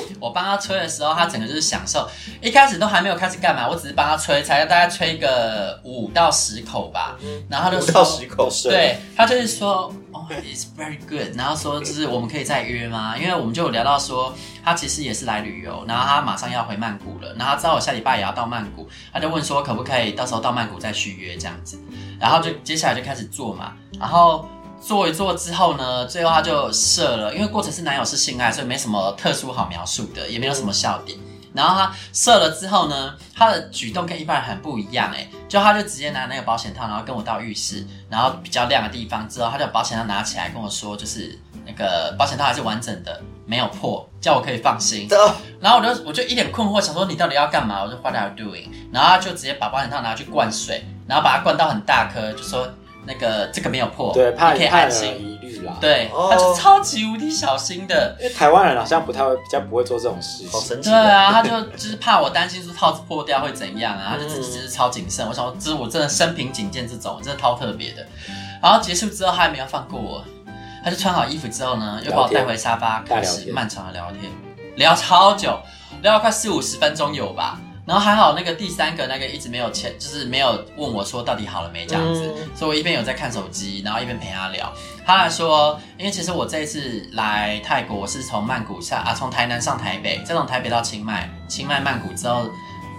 [SPEAKER 2] 是我帮他吹的时候，他整个就是享受。一开始都还没有开始干嘛，我只是帮他吹，才大概吹个五到十口吧。然后他就
[SPEAKER 3] 嗯五
[SPEAKER 2] 说
[SPEAKER 3] 到十口，
[SPEAKER 4] 是
[SPEAKER 2] 对他就是说，Oh, it's very good，然后说就是我们可以再约吗？因为我们就有聊到说，他其实也是来旅游，然后他马上要回曼谷了，然后他知道我下礼拜也要到曼谷，他就问说可不可以到时候到曼谷再续约这样子，然后就接下来就开始做嘛，然后。做一做之后呢，最后他就射了，因为过程是男友是性爱，所以没什么特殊好描述的，也没有什么笑点。然后他射了之后呢，他的举动跟一般人很不一样哎、就他就直接拿那个保险套，然后跟我到浴室，然后比较亮的地方之后，他就把保险套拿起来跟我说，就是那个保险套还是完整的，没有破，这叫我可以放心。
[SPEAKER 3] 走，
[SPEAKER 2] 然后我就我就一脸困惑，想说你到底要干嘛？我就 What are you doing？然后他就直接把保险套拿去灌水，然后把它灌到很大颗，就说那个这个没有破，
[SPEAKER 4] 对，怕
[SPEAKER 2] 哦你可以
[SPEAKER 4] 怕
[SPEAKER 2] 安
[SPEAKER 4] 有
[SPEAKER 2] 心。
[SPEAKER 4] 疑虑啦。，
[SPEAKER 2] 对，
[SPEAKER 3] 哦
[SPEAKER 2] 他就超级无敌小心的。
[SPEAKER 4] 因为台湾人好像不太会，比较不会做这种事
[SPEAKER 3] 好
[SPEAKER 4] 情。
[SPEAKER 3] 神奇
[SPEAKER 2] 对
[SPEAKER 3] 哦。
[SPEAKER 2] 啊，他就就是怕我担心说套子破掉会怎样啊，他就只
[SPEAKER 3] 嗯
[SPEAKER 2] 只是超谨慎。我想说，这是我真的生平仅见这种，真的超特别的。然后结束之后，他也没有放过我，他就穿好衣服之后呢，又把我
[SPEAKER 4] 聊天
[SPEAKER 2] 带回沙发，
[SPEAKER 4] 大
[SPEAKER 2] 开
[SPEAKER 4] 聊
[SPEAKER 2] 始
[SPEAKER 4] 天
[SPEAKER 2] 漫长的聊天，聊超久，聊了快四五十分钟有吧。然后还好那个第三个那个一直没有签，就是没有问我说到底好了没这样子，
[SPEAKER 4] 嗯
[SPEAKER 2] 所以我一边有在看手机，然后一边陪他聊。他还说，因为其实我这一次来泰国，我是从曼谷下啊，从台南上台北，再从台北到清迈，清迈曼谷之后，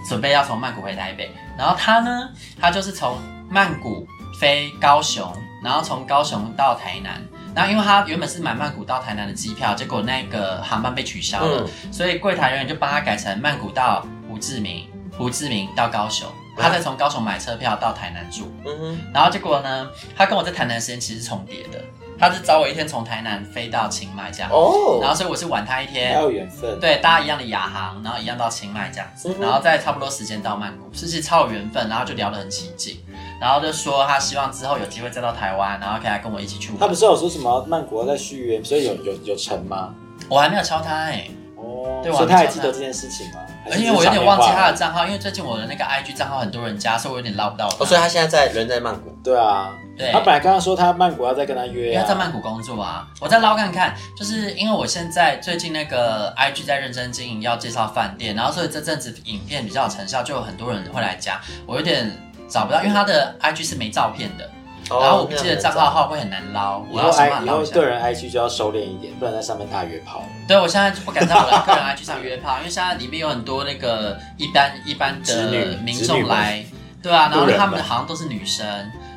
[SPEAKER 2] 准备要从曼谷回台北。然后他呢，他就是从曼谷飞高雄，然后从高雄到台南。然后因为他原本是买曼谷到台南的机票，结果那个航班被取消了，
[SPEAKER 3] 嗯
[SPEAKER 2] 所以柜台人员就帮他改成曼谷到胡志明，胡志明到高雄，他再从高雄买车票到台南住。
[SPEAKER 3] 嗯哼，
[SPEAKER 2] 然后结果呢，他跟我在台南的时间其实是重叠的，他是找我一天从台南飞到清迈这样，
[SPEAKER 3] 哦，
[SPEAKER 2] 然后所以我是晚他一天，
[SPEAKER 4] 还有缘分，
[SPEAKER 2] 对，搭一样的亚航，然后一样到清迈这样子
[SPEAKER 3] 嗯，哼
[SPEAKER 2] 然后再差不多时间到曼谷，是是超有缘分，然后就聊得很起劲，然后就说他希望之后有机会再到台湾，然后可以来跟我一起去
[SPEAKER 4] 他不
[SPEAKER 2] 玩。
[SPEAKER 4] 是有说什么曼谷要在续约，所以有有有成吗？
[SPEAKER 2] 我还没有敲他哎、
[SPEAKER 4] 哦，
[SPEAKER 2] 对
[SPEAKER 4] 所
[SPEAKER 2] 我还
[SPEAKER 4] 以他还
[SPEAKER 2] 没
[SPEAKER 4] 记
[SPEAKER 2] 敲
[SPEAKER 4] 得
[SPEAKER 2] 他
[SPEAKER 4] 这件事情吗？还
[SPEAKER 2] 而
[SPEAKER 4] 是
[SPEAKER 2] 且我有点忘记他的
[SPEAKER 4] 只是打电话。
[SPEAKER 2] 账号，因为最近我的那个 IG 账号很多人加，所以我有点捞不到他。
[SPEAKER 3] 哦，所以他现在在人在曼谷，
[SPEAKER 4] 对啊，
[SPEAKER 2] 对
[SPEAKER 4] 他本来刚刚说他曼谷要再跟他约
[SPEAKER 2] 因为
[SPEAKER 4] 啊，
[SPEAKER 2] 他在曼谷工作啊，我再捞看看，就是因为我现在最近那个 IG 在认真经营，要介绍饭店，然后所以这阵子影片比较有成效，就有很多人会来加，我有点找不到，因为他的 IG 是没照片的，
[SPEAKER 4] 哦
[SPEAKER 3] 哦
[SPEAKER 2] 然后我不记得账号号会很难捞，
[SPEAKER 4] 以
[SPEAKER 2] 我
[SPEAKER 4] 后
[SPEAKER 2] 要想
[SPEAKER 4] I
[SPEAKER 2] 办法
[SPEAKER 4] 以
[SPEAKER 2] 捞
[SPEAKER 4] 后
[SPEAKER 2] 一下
[SPEAKER 4] 个。人 IG 就要收敛一点，不然在上面大约炮。
[SPEAKER 2] 对，我现在就不敢在我的个人 IG 上约炮，因为现在里面有很多那个一般一 般
[SPEAKER 4] 直
[SPEAKER 2] 的
[SPEAKER 4] 女
[SPEAKER 2] 民
[SPEAKER 4] 直女
[SPEAKER 2] 众
[SPEAKER 4] 们
[SPEAKER 2] 来，对啊，然后
[SPEAKER 4] 路人
[SPEAKER 2] 他们
[SPEAKER 4] 们
[SPEAKER 2] 好像都是女生，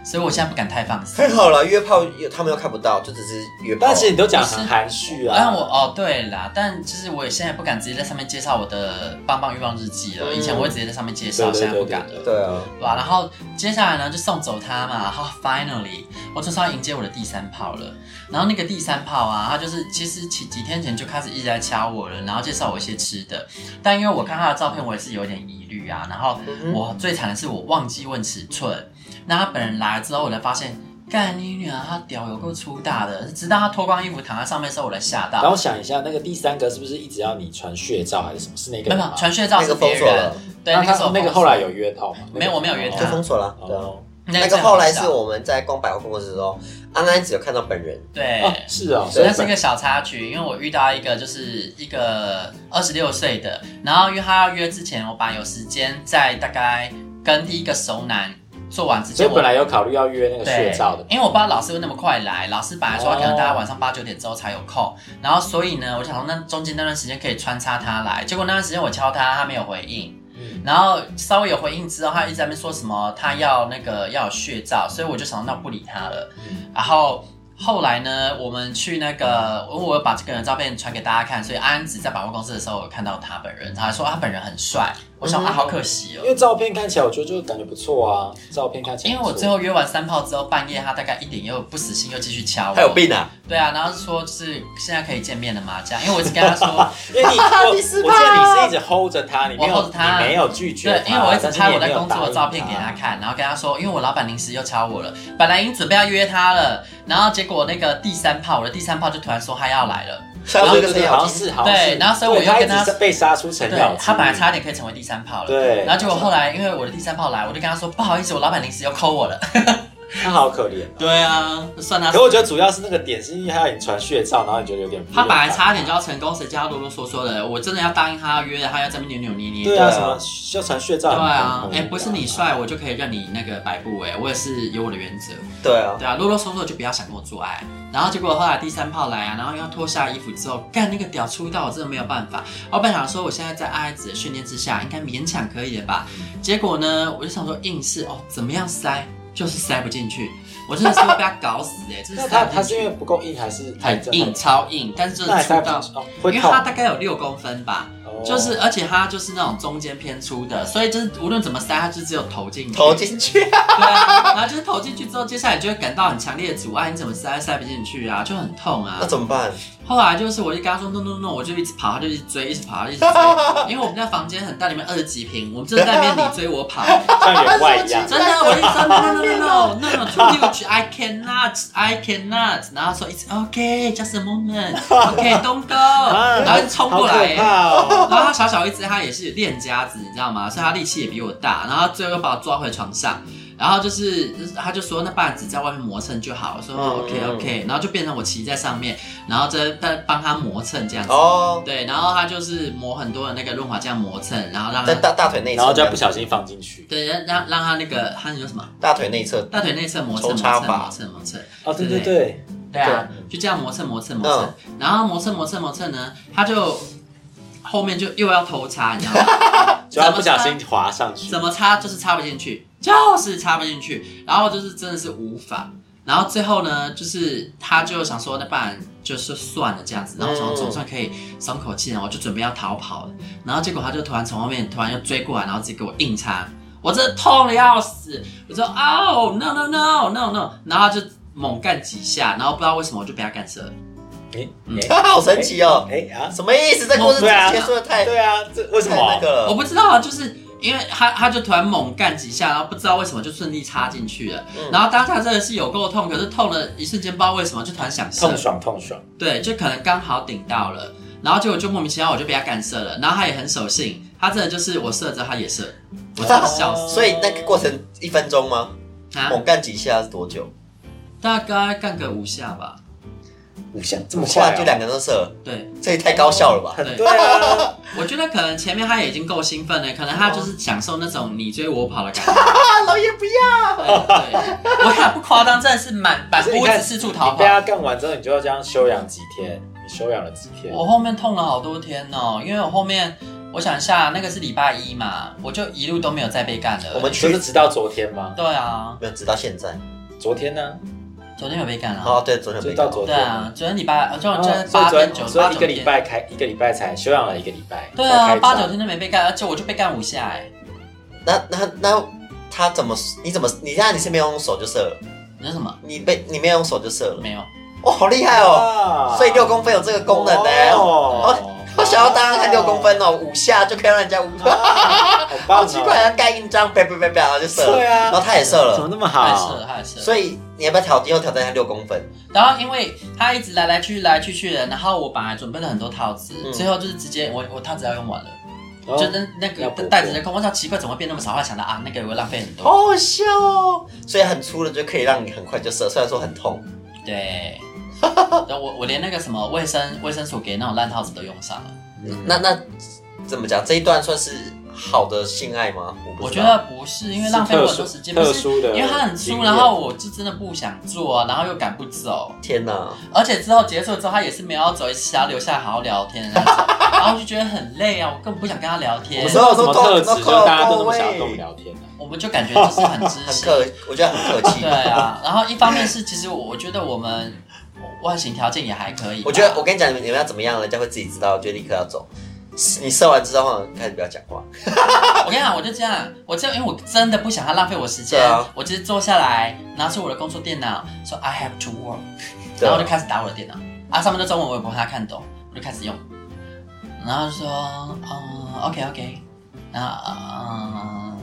[SPEAKER 2] 所以我现在不敢太放肆
[SPEAKER 3] 太。好了，约炮他们又看不到，就只是约炮。
[SPEAKER 4] 但其实你都讲得
[SPEAKER 2] 不是
[SPEAKER 4] 很含蓄啊。
[SPEAKER 2] 但我哦，对啦，但就是我也现在不敢直接在上面介绍我的棒棒欲望日记了。
[SPEAKER 3] 嗯
[SPEAKER 2] 以前我会直接在上面介
[SPEAKER 4] 对
[SPEAKER 2] 绍，
[SPEAKER 4] 对
[SPEAKER 2] 现在
[SPEAKER 4] 对
[SPEAKER 2] 不敢了，
[SPEAKER 4] 对
[SPEAKER 3] 对啊，
[SPEAKER 2] 对吧？然后接下来呢，就送走他嘛。然后 finally，我就是要迎接我的第三炮了。然后那个第三炮啊，他就是其实几几天前就开始一直在敲我了，然后介绍我一些吃的。但因为我看他的照片，我也是有点疑虑啊。然后
[SPEAKER 3] 嗯
[SPEAKER 2] 我最惨的是我忘记问尺寸，那他本人来了之后，我才发现。干你女儿，他屌有够粗大的！直到他脱光衣服躺在上面的时候，我才吓到。
[SPEAKER 4] 然后想一下，那个第三个是不是一直要你传血照还是什么？是那个
[SPEAKER 2] 没
[SPEAKER 4] 人
[SPEAKER 2] 有没
[SPEAKER 4] 吗
[SPEAKER 2] 有，传血照
[SPEAKER 3] 那
[SPEAKER 2] 是
[SPEAKER 3] 个封
[SPEAKER 2] 别
[SPEAKER 3] 锁
[SPEAKER 2] 人
[SPEAKER 3] 了，，
[SPEAKER 2] 对，
[SPEAKER 4] 那
[SPEAKER 2] 个时
[SPEAKER 4] 他
[SPEAKER 2] 候
[SPEAKER 4] 那个后来有约炮吗？
[SPEAKER 2] 没有我没有约
[SPEAKER 3] 就
[SPEAKER 2] 他
[SPEAKER 3] 封锁了。对啊，
[SPEAKER 4] 哦，
[SPEAKER 2] 那
[SPEAKER 3] 那个后来
[SPEAKER 2] 最
[SPEAKER 3] 是
[SPEAKER 2] 好笑
[SPEAKER 3] 我们在逛百货公司的时候，安安只有看到本人，
[SPEAKER 2] 对。
[SPEAKER 4] 哦是哦，
[SPEAKER 2] 所
[SPEAKER 4] 所
[SPEAKER 2] 以
[SPEAKER 4] 以
[SPEAKER 2] 那是一个小插曲，因为我遇到一个就是一个二十六岁的，然后因为他要约之前，我把有时间在大概跟第一个熟男做完之
[SPEAKER 4] 所
[SPEAKER 2] 前，
[SPEAKER 4] 以
[SPEAKER 2] 我
[SPEAKER 4] 本来有考虑要约那个
[SPEAKER 2] 对
[SPEAKER 4] 血照的，
[SPEAKER 2] 因为我不知道老师会那么快来，老师本来说
[SPEAKER 4] 哦
[SPEAKER 2] 可能大家晚上八九点之后才有空，然后所以呢，我想说那中间那段时间可以穿插他来，结果那段时间我敲他，他没有回应，
[SPEAKER 4] 嗯
[SPEAKER 2] 然后稍微有回应之后，他一直在那边说什么他要那个要有血照，所以我就想到那不理他了。
[SPEAKER 3] 嗯
[SPEAKER 2] 然后后来呢，我们去那个，因为我有把这个人的照片传给大家看，所以安子在百货公司的时候，我有看到他本人，他还说他本人很帅，我
[SPEAKER 3] 嗯
[SPEAKER 2] 想、啊好可惜哦
[SPEAKER 4] 因。为照片看起来我觉得就感觉不错啊，照片看起来
[SPEAKER 2] 因为
[SPEAKER 4] 不错
[SPEAKER 2] 我最后约完三炮之后，半夜他大概一点又不死心，又继续敲我。
[SPEAKER 3] 他有病啊！
[SPEAKER 2] 对啊，然后说就是现在可以见面了嘛，这样，因为我一直跟他说，
[SPEAKER 4] 因 为你我我记得你是一直 hold 着他，你没
[SPEAKER 2] 我
[SPEAKER 4] 有
[SPEAKER 2] hold 着他
[SPEAKER 4] 你没有拒绝
[SPEAKER 2] 对，
[SPEAKER 4] 他，
[SPEAKER 2] 因为我一直
[SPEAKER 4] 但是
[SPEAKER 2] 拍
[SPEAKER 4] 你
[SPEAKER 2] 我
[SPEAKER 4] 也没
[SPEAKER 2] 在
[SPEAKER 4] 有
[SPEAKER 2] 工作的照片给他看，然后跟他说，因为我老板临时又敲我了，本来已经准备要约他了，然后结果那个第三炮，我的第三炮就突然说他要来了，
[SPEAKER 3] 杀出一个
[SPEAKER 4] 对对
[SPEAKER 3] 程
[SPEAKER 4] 对
[SPEAKER 3] 咬
[SPEAKER 4] 好像
[SPEAKER 3] 金，
[SPEAKER 4] 是好像是
[SPEAKER 2] 对然后所以我
[SPEAKER 4] 对
[SPEAKER 2] 又跟
[SPEAKER 4] 他一直
[SPEAKER 2] 他
[SPEAKER 4] 被杀出程
[SPEAKER 2] 对
[SPEAKER 4] 咬金，
[SPEAKER 2] 他本来差点可以成为第三炮了，
[SPEAKER 4] 对，
[SPEAKER 2] 然后结果后来因为我的第三炮来，我就跟他说不好意思，我老板临时又扣我了，
[SPEAKER 4] 他好可怜。哦
[SPEAKER 2] 对啊，算他
[SPEAKER 4] 可我觉得主要是那个点是因为他要你传血照，然后你觉得有点
[SPEAKER 2] 他本来差点就要成功，谁叫他啰啰嗦嗦的，我真的要答应他要约的，他要在那边扭扭捏捏，
[SPEAKER 4] 对
[SPEAKER 3] 对
[SPEAKER 4] 啊，
[SPEAKER 3] 啊
[SPEAKER 4] 什么要传血照？
[SPEAKER 2] 对啊，
[SPEAKER 4] 很
[SPEAKER 2] 哎、不是你，帅，我就可以任你那个摆布、哎，我也是有我的原则。
[SPEAKER 3] 对啊，
[SPEAKER 2] 对啊，啰啰嗦嗦就不要想跟我做爱。然后结果后来第三炮来啊，然后要脱下衣服之后，干那个屌粗到我真的没有办法。我本来想说我现在在爱子的训练之下，应该勉强可以了吧？结果呢，我就想说硬是哦，怎么样塞就是塞不进去，我真的是会被他搞死 哎、就是
[SPEAKER 4] 那
[SPEAKER 2] 塞
[SPEAKER 4] 他
[SPEAKER 2] 不进
[SPEAKER 4] 他是
[SPEAKER 2] 去
[SPEAKER 4] 因为不够硬还是
[SPEAKER 2] 很硬，超硬，但是就是
[SPEAKER 4] 那还
[SPEAKER 2] 粗
[SPEAKER 4] 塞不
[SPEAKER 2] 到
[SPEAKER 4] 进去，哦
[SPEAKER 2] 因
[SPEAKER 4] 会
[SPEAKER 2] 为
[SPEAKER 4] 痛
[SPEAKER 2] 它，大概有六公分吧。
[SPEAKER 4] 哦
[SPEAKER 2] 就是，而且它就是那种中间偏粗的，所以就是无论怎么塞，它就只有投进去。
[SPEAKER 3] 投进去啊，
[SPEAKER 2] 对啊，然后就是投进去之后，接下来就会感到很强烈的阻碍，你怎么塞都塞不进去啊，就很痛啊
[SPEAKER 3] 那。怎么办？
[SPEAKER 2] 后来就是我就跟他说 no no no，我就一直跑，他就一直追，一直跑，一直追，因为我们家房间很大，里面二十几平，我们真的在那边你追我跑、
[SPEAKER 4] 像员外一 样。
[SPEAKER 2] 真的，我一直说 no no no no no no too huge, I cannot, I cannot。然后他说 it's okay, just a moment, okay, don't go。然后就冲过来、
[SPEAKER 4] 好 可怕哦
[SPEAKER 2] 然后他小小一只，他也是练家子，你知道吗？所以他力气也比我大。然后最后又把我抓回床上，然后就是，就是他就说那棒子在外面磨蹭就好。我说、OK
[SPEAKER 3] 嗯
[SPEAKER 2] OK，然后就变成我骑在上面，然后在在帮他磨蹭这样子。
[SPEAKER 3] 哦，
[SPEAKER 2] 对，然后他就是磨很多的那个润滑酱磨蹭，然后让
[SPEAKER 3] 在
[SPEAKER 2] 他
[SPEAKER 3] 大大腿内侧，
[SPEAKER 4] 然后就不小心放进去。
[SPEAKER 2] 对让让让他那个他那叫什么？
[SPEAKER 3] 大腿内侧，
[SPEAKER 2] 大腿内侧磨蹭
[SPEAKER 3] 抽
[SPEAKER 2] 磨
[SPEAKER 3] 插
[SPEAKER 2] 蹭
[SPEAKER 3] 法
[SPEAKER 2] 磨蹭磨蹭，
[SPEAKER 4] 哦，对对
[SPEAKER 2] 对
[SPEAKER 4] 对，
[SPEAKER 2] 对啊，就这样磨蹭磨蹭磨
[SPEAKER 3] 嗯
[SPEAKER 2] 蹭，然后磨蹭磨蹭磨蹭呢，他就后面就又要偷插，你知道吗？
[SPEAKER 4] 就要不小心滑上去
[SPEAKER 2] 怎。么插就是插不进去，就是插不进去，然后就是真的是无法。然后最后呢，就是他就想说，那不然就是算了这样子，然后总总算可以松口气了，我就准备要逃跑了。然后结果他就突然从后面突然又追过来，然后直接给我硬插，我真的痛的要死。我说哦 no no no no no，然后他就猛干几下，然后不知道为什么我就被他干射了。
[SPEAKER 4] 哎
[SPEAKER 3] 哈哈，好神奇哦！
[SPEAKER 4] 哎哎啊！
[SPEAKER 3] 什么意思？这故事
[SPEAKER 4] 对啊
[SPEAKER 3] 结束的太
[SPEAKER 4] 对啊，这为什
[SPEAKER 3] 太
[SPEAKER 4] 么？
[SPEAKER 3] 那个
[SPEAKER 2] 我
[SPEAKER 3] 了。
[SPEAKER 2] 不知道，就是因为他他就突然猛干几下，然后不知道为什么就顺利插进去了。
[SPEAKER 4] 嗯
[SPEAKER 2] 然后当下真的是有够痛，可是痛了一瞬间，不知道为什么就突然想射
[SPEAKER 4] 痛，爽痛爽，
[SPEAKER 2] 对，就可能刚好顶到了，然后结果就莫名其妙我就被他干射了，然后他也很守信，他真的就是我射了之后他也射，我真的笑死
[SPEAKER 3] 所以那个过程一分钟吗？
[SPEAKER 2] 啊！
[SPEAKER 4] 哦
[SPEAKER 3] 猛干几下是多久？
[SPEAKER 2] 大概干个五下吧，
[SPEAKER 4] 五下这
[SPEAKER 3] 五
[SPEAKER 4] 么快
[SPEAKER 3] 下
[SPEAKER 4] 啊
[SPEAKER 3] 就两个人都射了，
[SPEAKER 2] 对
[SPEAKER 3] 这也太高效了吧？
[SPEAKER 2] 对
[SPEAKER 4] 对。 啊，
[SPEAKER 2] 我觉得可能前面他也已经够兴奋了，可能他就是享受那种你追我跑的 感觉。
[SPEAKER 3] 啊，老爷不要！
[SPEAKER 2] 对，对我也不夸张，真的是满满
[SPEAKER 4] 可是你
[SPEAKER 2] 屋
[SPEAKER 4] 看
[SPEAKER 2] 子四处逃
[SPEAKER 4] 你
[SPEAKER 2] 跑
[SPEAKER 4] 被。他干完之后，你就要这样休养几天，你休养了几天？
[SPEAKER 2] 我后面痛了好多天哦，因为我后面我想一下，那个是礼拜一嘛，我就一路都没有再被干了。
[SPEAKER 3] 我们
[SPEAKER 4] 你不是直到昨天吗？
[SPEAKER 2] 对啊，
[SPEAKER 3] 没有，直到现在。
[SPEAKER 4] 昨天呢？
[SPEAKER 2] 昨天有被干了。
[SPEAKER 3] 哦，对，昨天
[SPEAKER 4] 就
[SPEAKER 3] 没
[SPEAKER 4] 啊到
[SPEAKER 3] 搞
[SPEAKER 4] 昨
[SPEAKER 2] 对
[SPEAKER 4] 天。
[SPEAKER 2] 啊，昨天礼拜，呃就
[SPEAKER 4] 哦
[SPEAKER 2] 就
[SPEAKER 4] 所以
[SPEAKER 2] 是八
[SPEAKER 4] 昨
[SPEAKER 2] 天
[SPEAKER 4] 天
[SPEAKER 2] 九，
[SPEAKER 4] 所
[SPEAKER 2] 八
[SPEAKER 4] 以一
[SPEAKER 2] 九
[SPEAKER 4] 个礼
[SPEAKER 2] 天。
[SPEAKER 4] 拜开一个礼拜才休养了一个礼拜。
[SPEAKER 2] 对
[SPEAKER 4] 才开
[SPEAKER 2] 啊，
[SPEAKER 4] 张
[SPEAKER 2] 八九天都没被干，而且我就被干五下哎。
[SPEAKER 3] 那那那他怎么？你怎么？你那你是没有用手就射了？
[SPEAKER 2] 你说什么？
[SPEAKER 3] 你被你没有用手就射了？
[SPEAKER 2] 没有。
[SPEAKER 3] 哇、好厉害哦！
[SPEAKER 4] 啊
[SPEAKER 3] 所以六公分有这个功能呢、
[SPEAKER 4] 哦
[SPEAKER 3] 我想要当然看六公分哦，五下就可以让人家五，
[SPEAKER 4] 好棒哦
[SPEAKER 3] 好奇怪，啊要盖印章，啪啪啪啪，然后就射了，
[SPEAKER 4] 对啊
[SPEAKER 3] 然后他也射
[SPEAKER 4] 怎么
[SPEAKER 3] 了，
[SPEAKER 4] 那么
[SPEAKER 2] 他也射了，
[SPEAKER 4] 好？
[SPEAKER 2] 他也射了。
[SPEAKER 3] 所以你要不要挑以后挑战一下六公分？
[SPEAKER 2] 然后因为他一直来来去去来来去去的，然后我本来准备了很多套子，
[SPEAKER 3] 嗯
[SPEAKER 2] 最后就是直接我我套子要用完了，
[SPEAKER 4] 哦
[SPEAKER 2] 就那那个
[SPEAKER 4] 要补货
[SPEAKER 2] 袋子的空，我想奇怪怎么会变那么少，后来想到啊那个会浪费很多。
[SPEAKER 3] 好好笑哦！所以很粗的就可以让你很快就射，虽然说很痛。
[SPEAKER 2] 对，然后我我连那个什么卫生卫生所给那种烂套子都用上了。
[SPEAKER 4] 嗯
[SPEAKER 3] 那那怎么讲？这一段算是好的性爱吗？我
[SPEAKER 2] 我
[SPEAKER 3] 不知
[SPEAKER 2] 觉
[SPEAKER 3] 道
[SPEAKER 2] 得不是，因为浪费我很多时间，不
[SPEAKER 4] 特
[SPEAKER 2] 是
[SPEAKER 4] 殊的
[SPEAKER 2] 因为它很
[SPEAKER 4] 经
[SPEAKER 2] 粗，
[SPEAKER 4] 验
[SPEAKER 2] 然后我就真的不想做啊，然后又赶不走，
[SPEAKER 3] 天哪！
[SPEAKER 2] 而且之后结束之后他也是没有要走，一直想要留下来好好聊天的那种，然后我就觉得很累啊，我根本不想跟他聊
[SPEAKER 4] 我
[SPEAKER 2] 天
[SPEAKER 4] 知。道什么特质，就大家都那么想要跟我们聊天呢？
[SPEAKER 2] 我们就感觉就是很知
[SPEAKER 3] 很
[SPEAKER 2] 性，
[SPEAKER 3] 客，我觉得很客气
[SPEAKER 2] 对。啊。然后一方面是，其实我我觉得我们外形条件也还可以吧。
[SPEAKER 3] 我觉得我跟你讲，你们你们要怎么样，人家会自己知道，就立刻要走。你射完之后开始不要讲话，
[SPEAKER 2] 我跟你讲，我就这样，我这样，因为我真的不想要浪费我时间，
[SPEAKER 3] 对啊
[SPEAKER 2] 我就是坐下来，拿出我的工作电脑，说 I have to work，
[SPEAKER 3] 对啊
[SPEAKER 2] 然后我就开始打我的电脑，啊，上面的中文我也不太看懂，我就开始用，然后就说，嗯，OK OK，然后嗯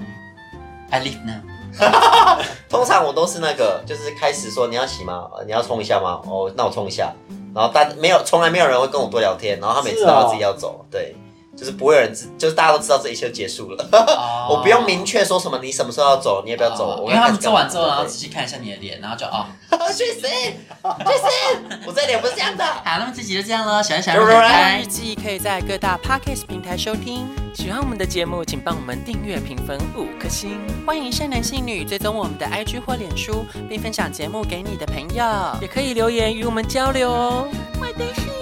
[SPEAKER 2] ，I live now，
[SPEAKER 3] 通常我都是那个，就是开始说你要洗吗？呃你要冲一下吗？哦，那我冲一下。然后但没有，从来没有人会跟我多聊天，然后他们也知
[SPEAKER 4] 是
[SPEAKER 3] 道
[SPEAKER 4] 哦
[SPEAKER 3] 他自己要走，对，就是不会有人知，就是大家都知道这一切就结束了。
[SPEAKER 2] 哦
[SPEAKER 3] 我不用明确说什么，你什么时候要走，你也不要走。
[SPEAKER 2] 哦因
[SPEAKER 3] 我
[SPEAKER 2] 为
[SPEAKER 3] 要
[SPEAKER 2] 他
[SPEAKER 3] 开
[SPEAKER 2] 们
[SPEAKER 3] 始
[SPEAKER 2] 做完之后，然
[SPEAKER 3] 干嘛
[SPEAKER 2] 后 仔细看一下你的脸，然后就哦，
[SPEAKER 3] 对 去死，去死！我这脸不是这样的。
[SPEAKER 2] 好，那么这集就这样了，喜欢小人
[SPEAKER 3] 拜
[SPEAKER 2] 拜
[SPEAKER 3] 拜
[SPEAKER 2] 拜
[SPEAKER 6] 日。记可以在各大 podcast 平台收听。喜欢我们的节目，请帮我们订阅、评分五颗星。欢迎善男信女追踪我们的 IG 或脸书，并分享节目给你的朋友，也可以留言与我们交流哦。我的世嗯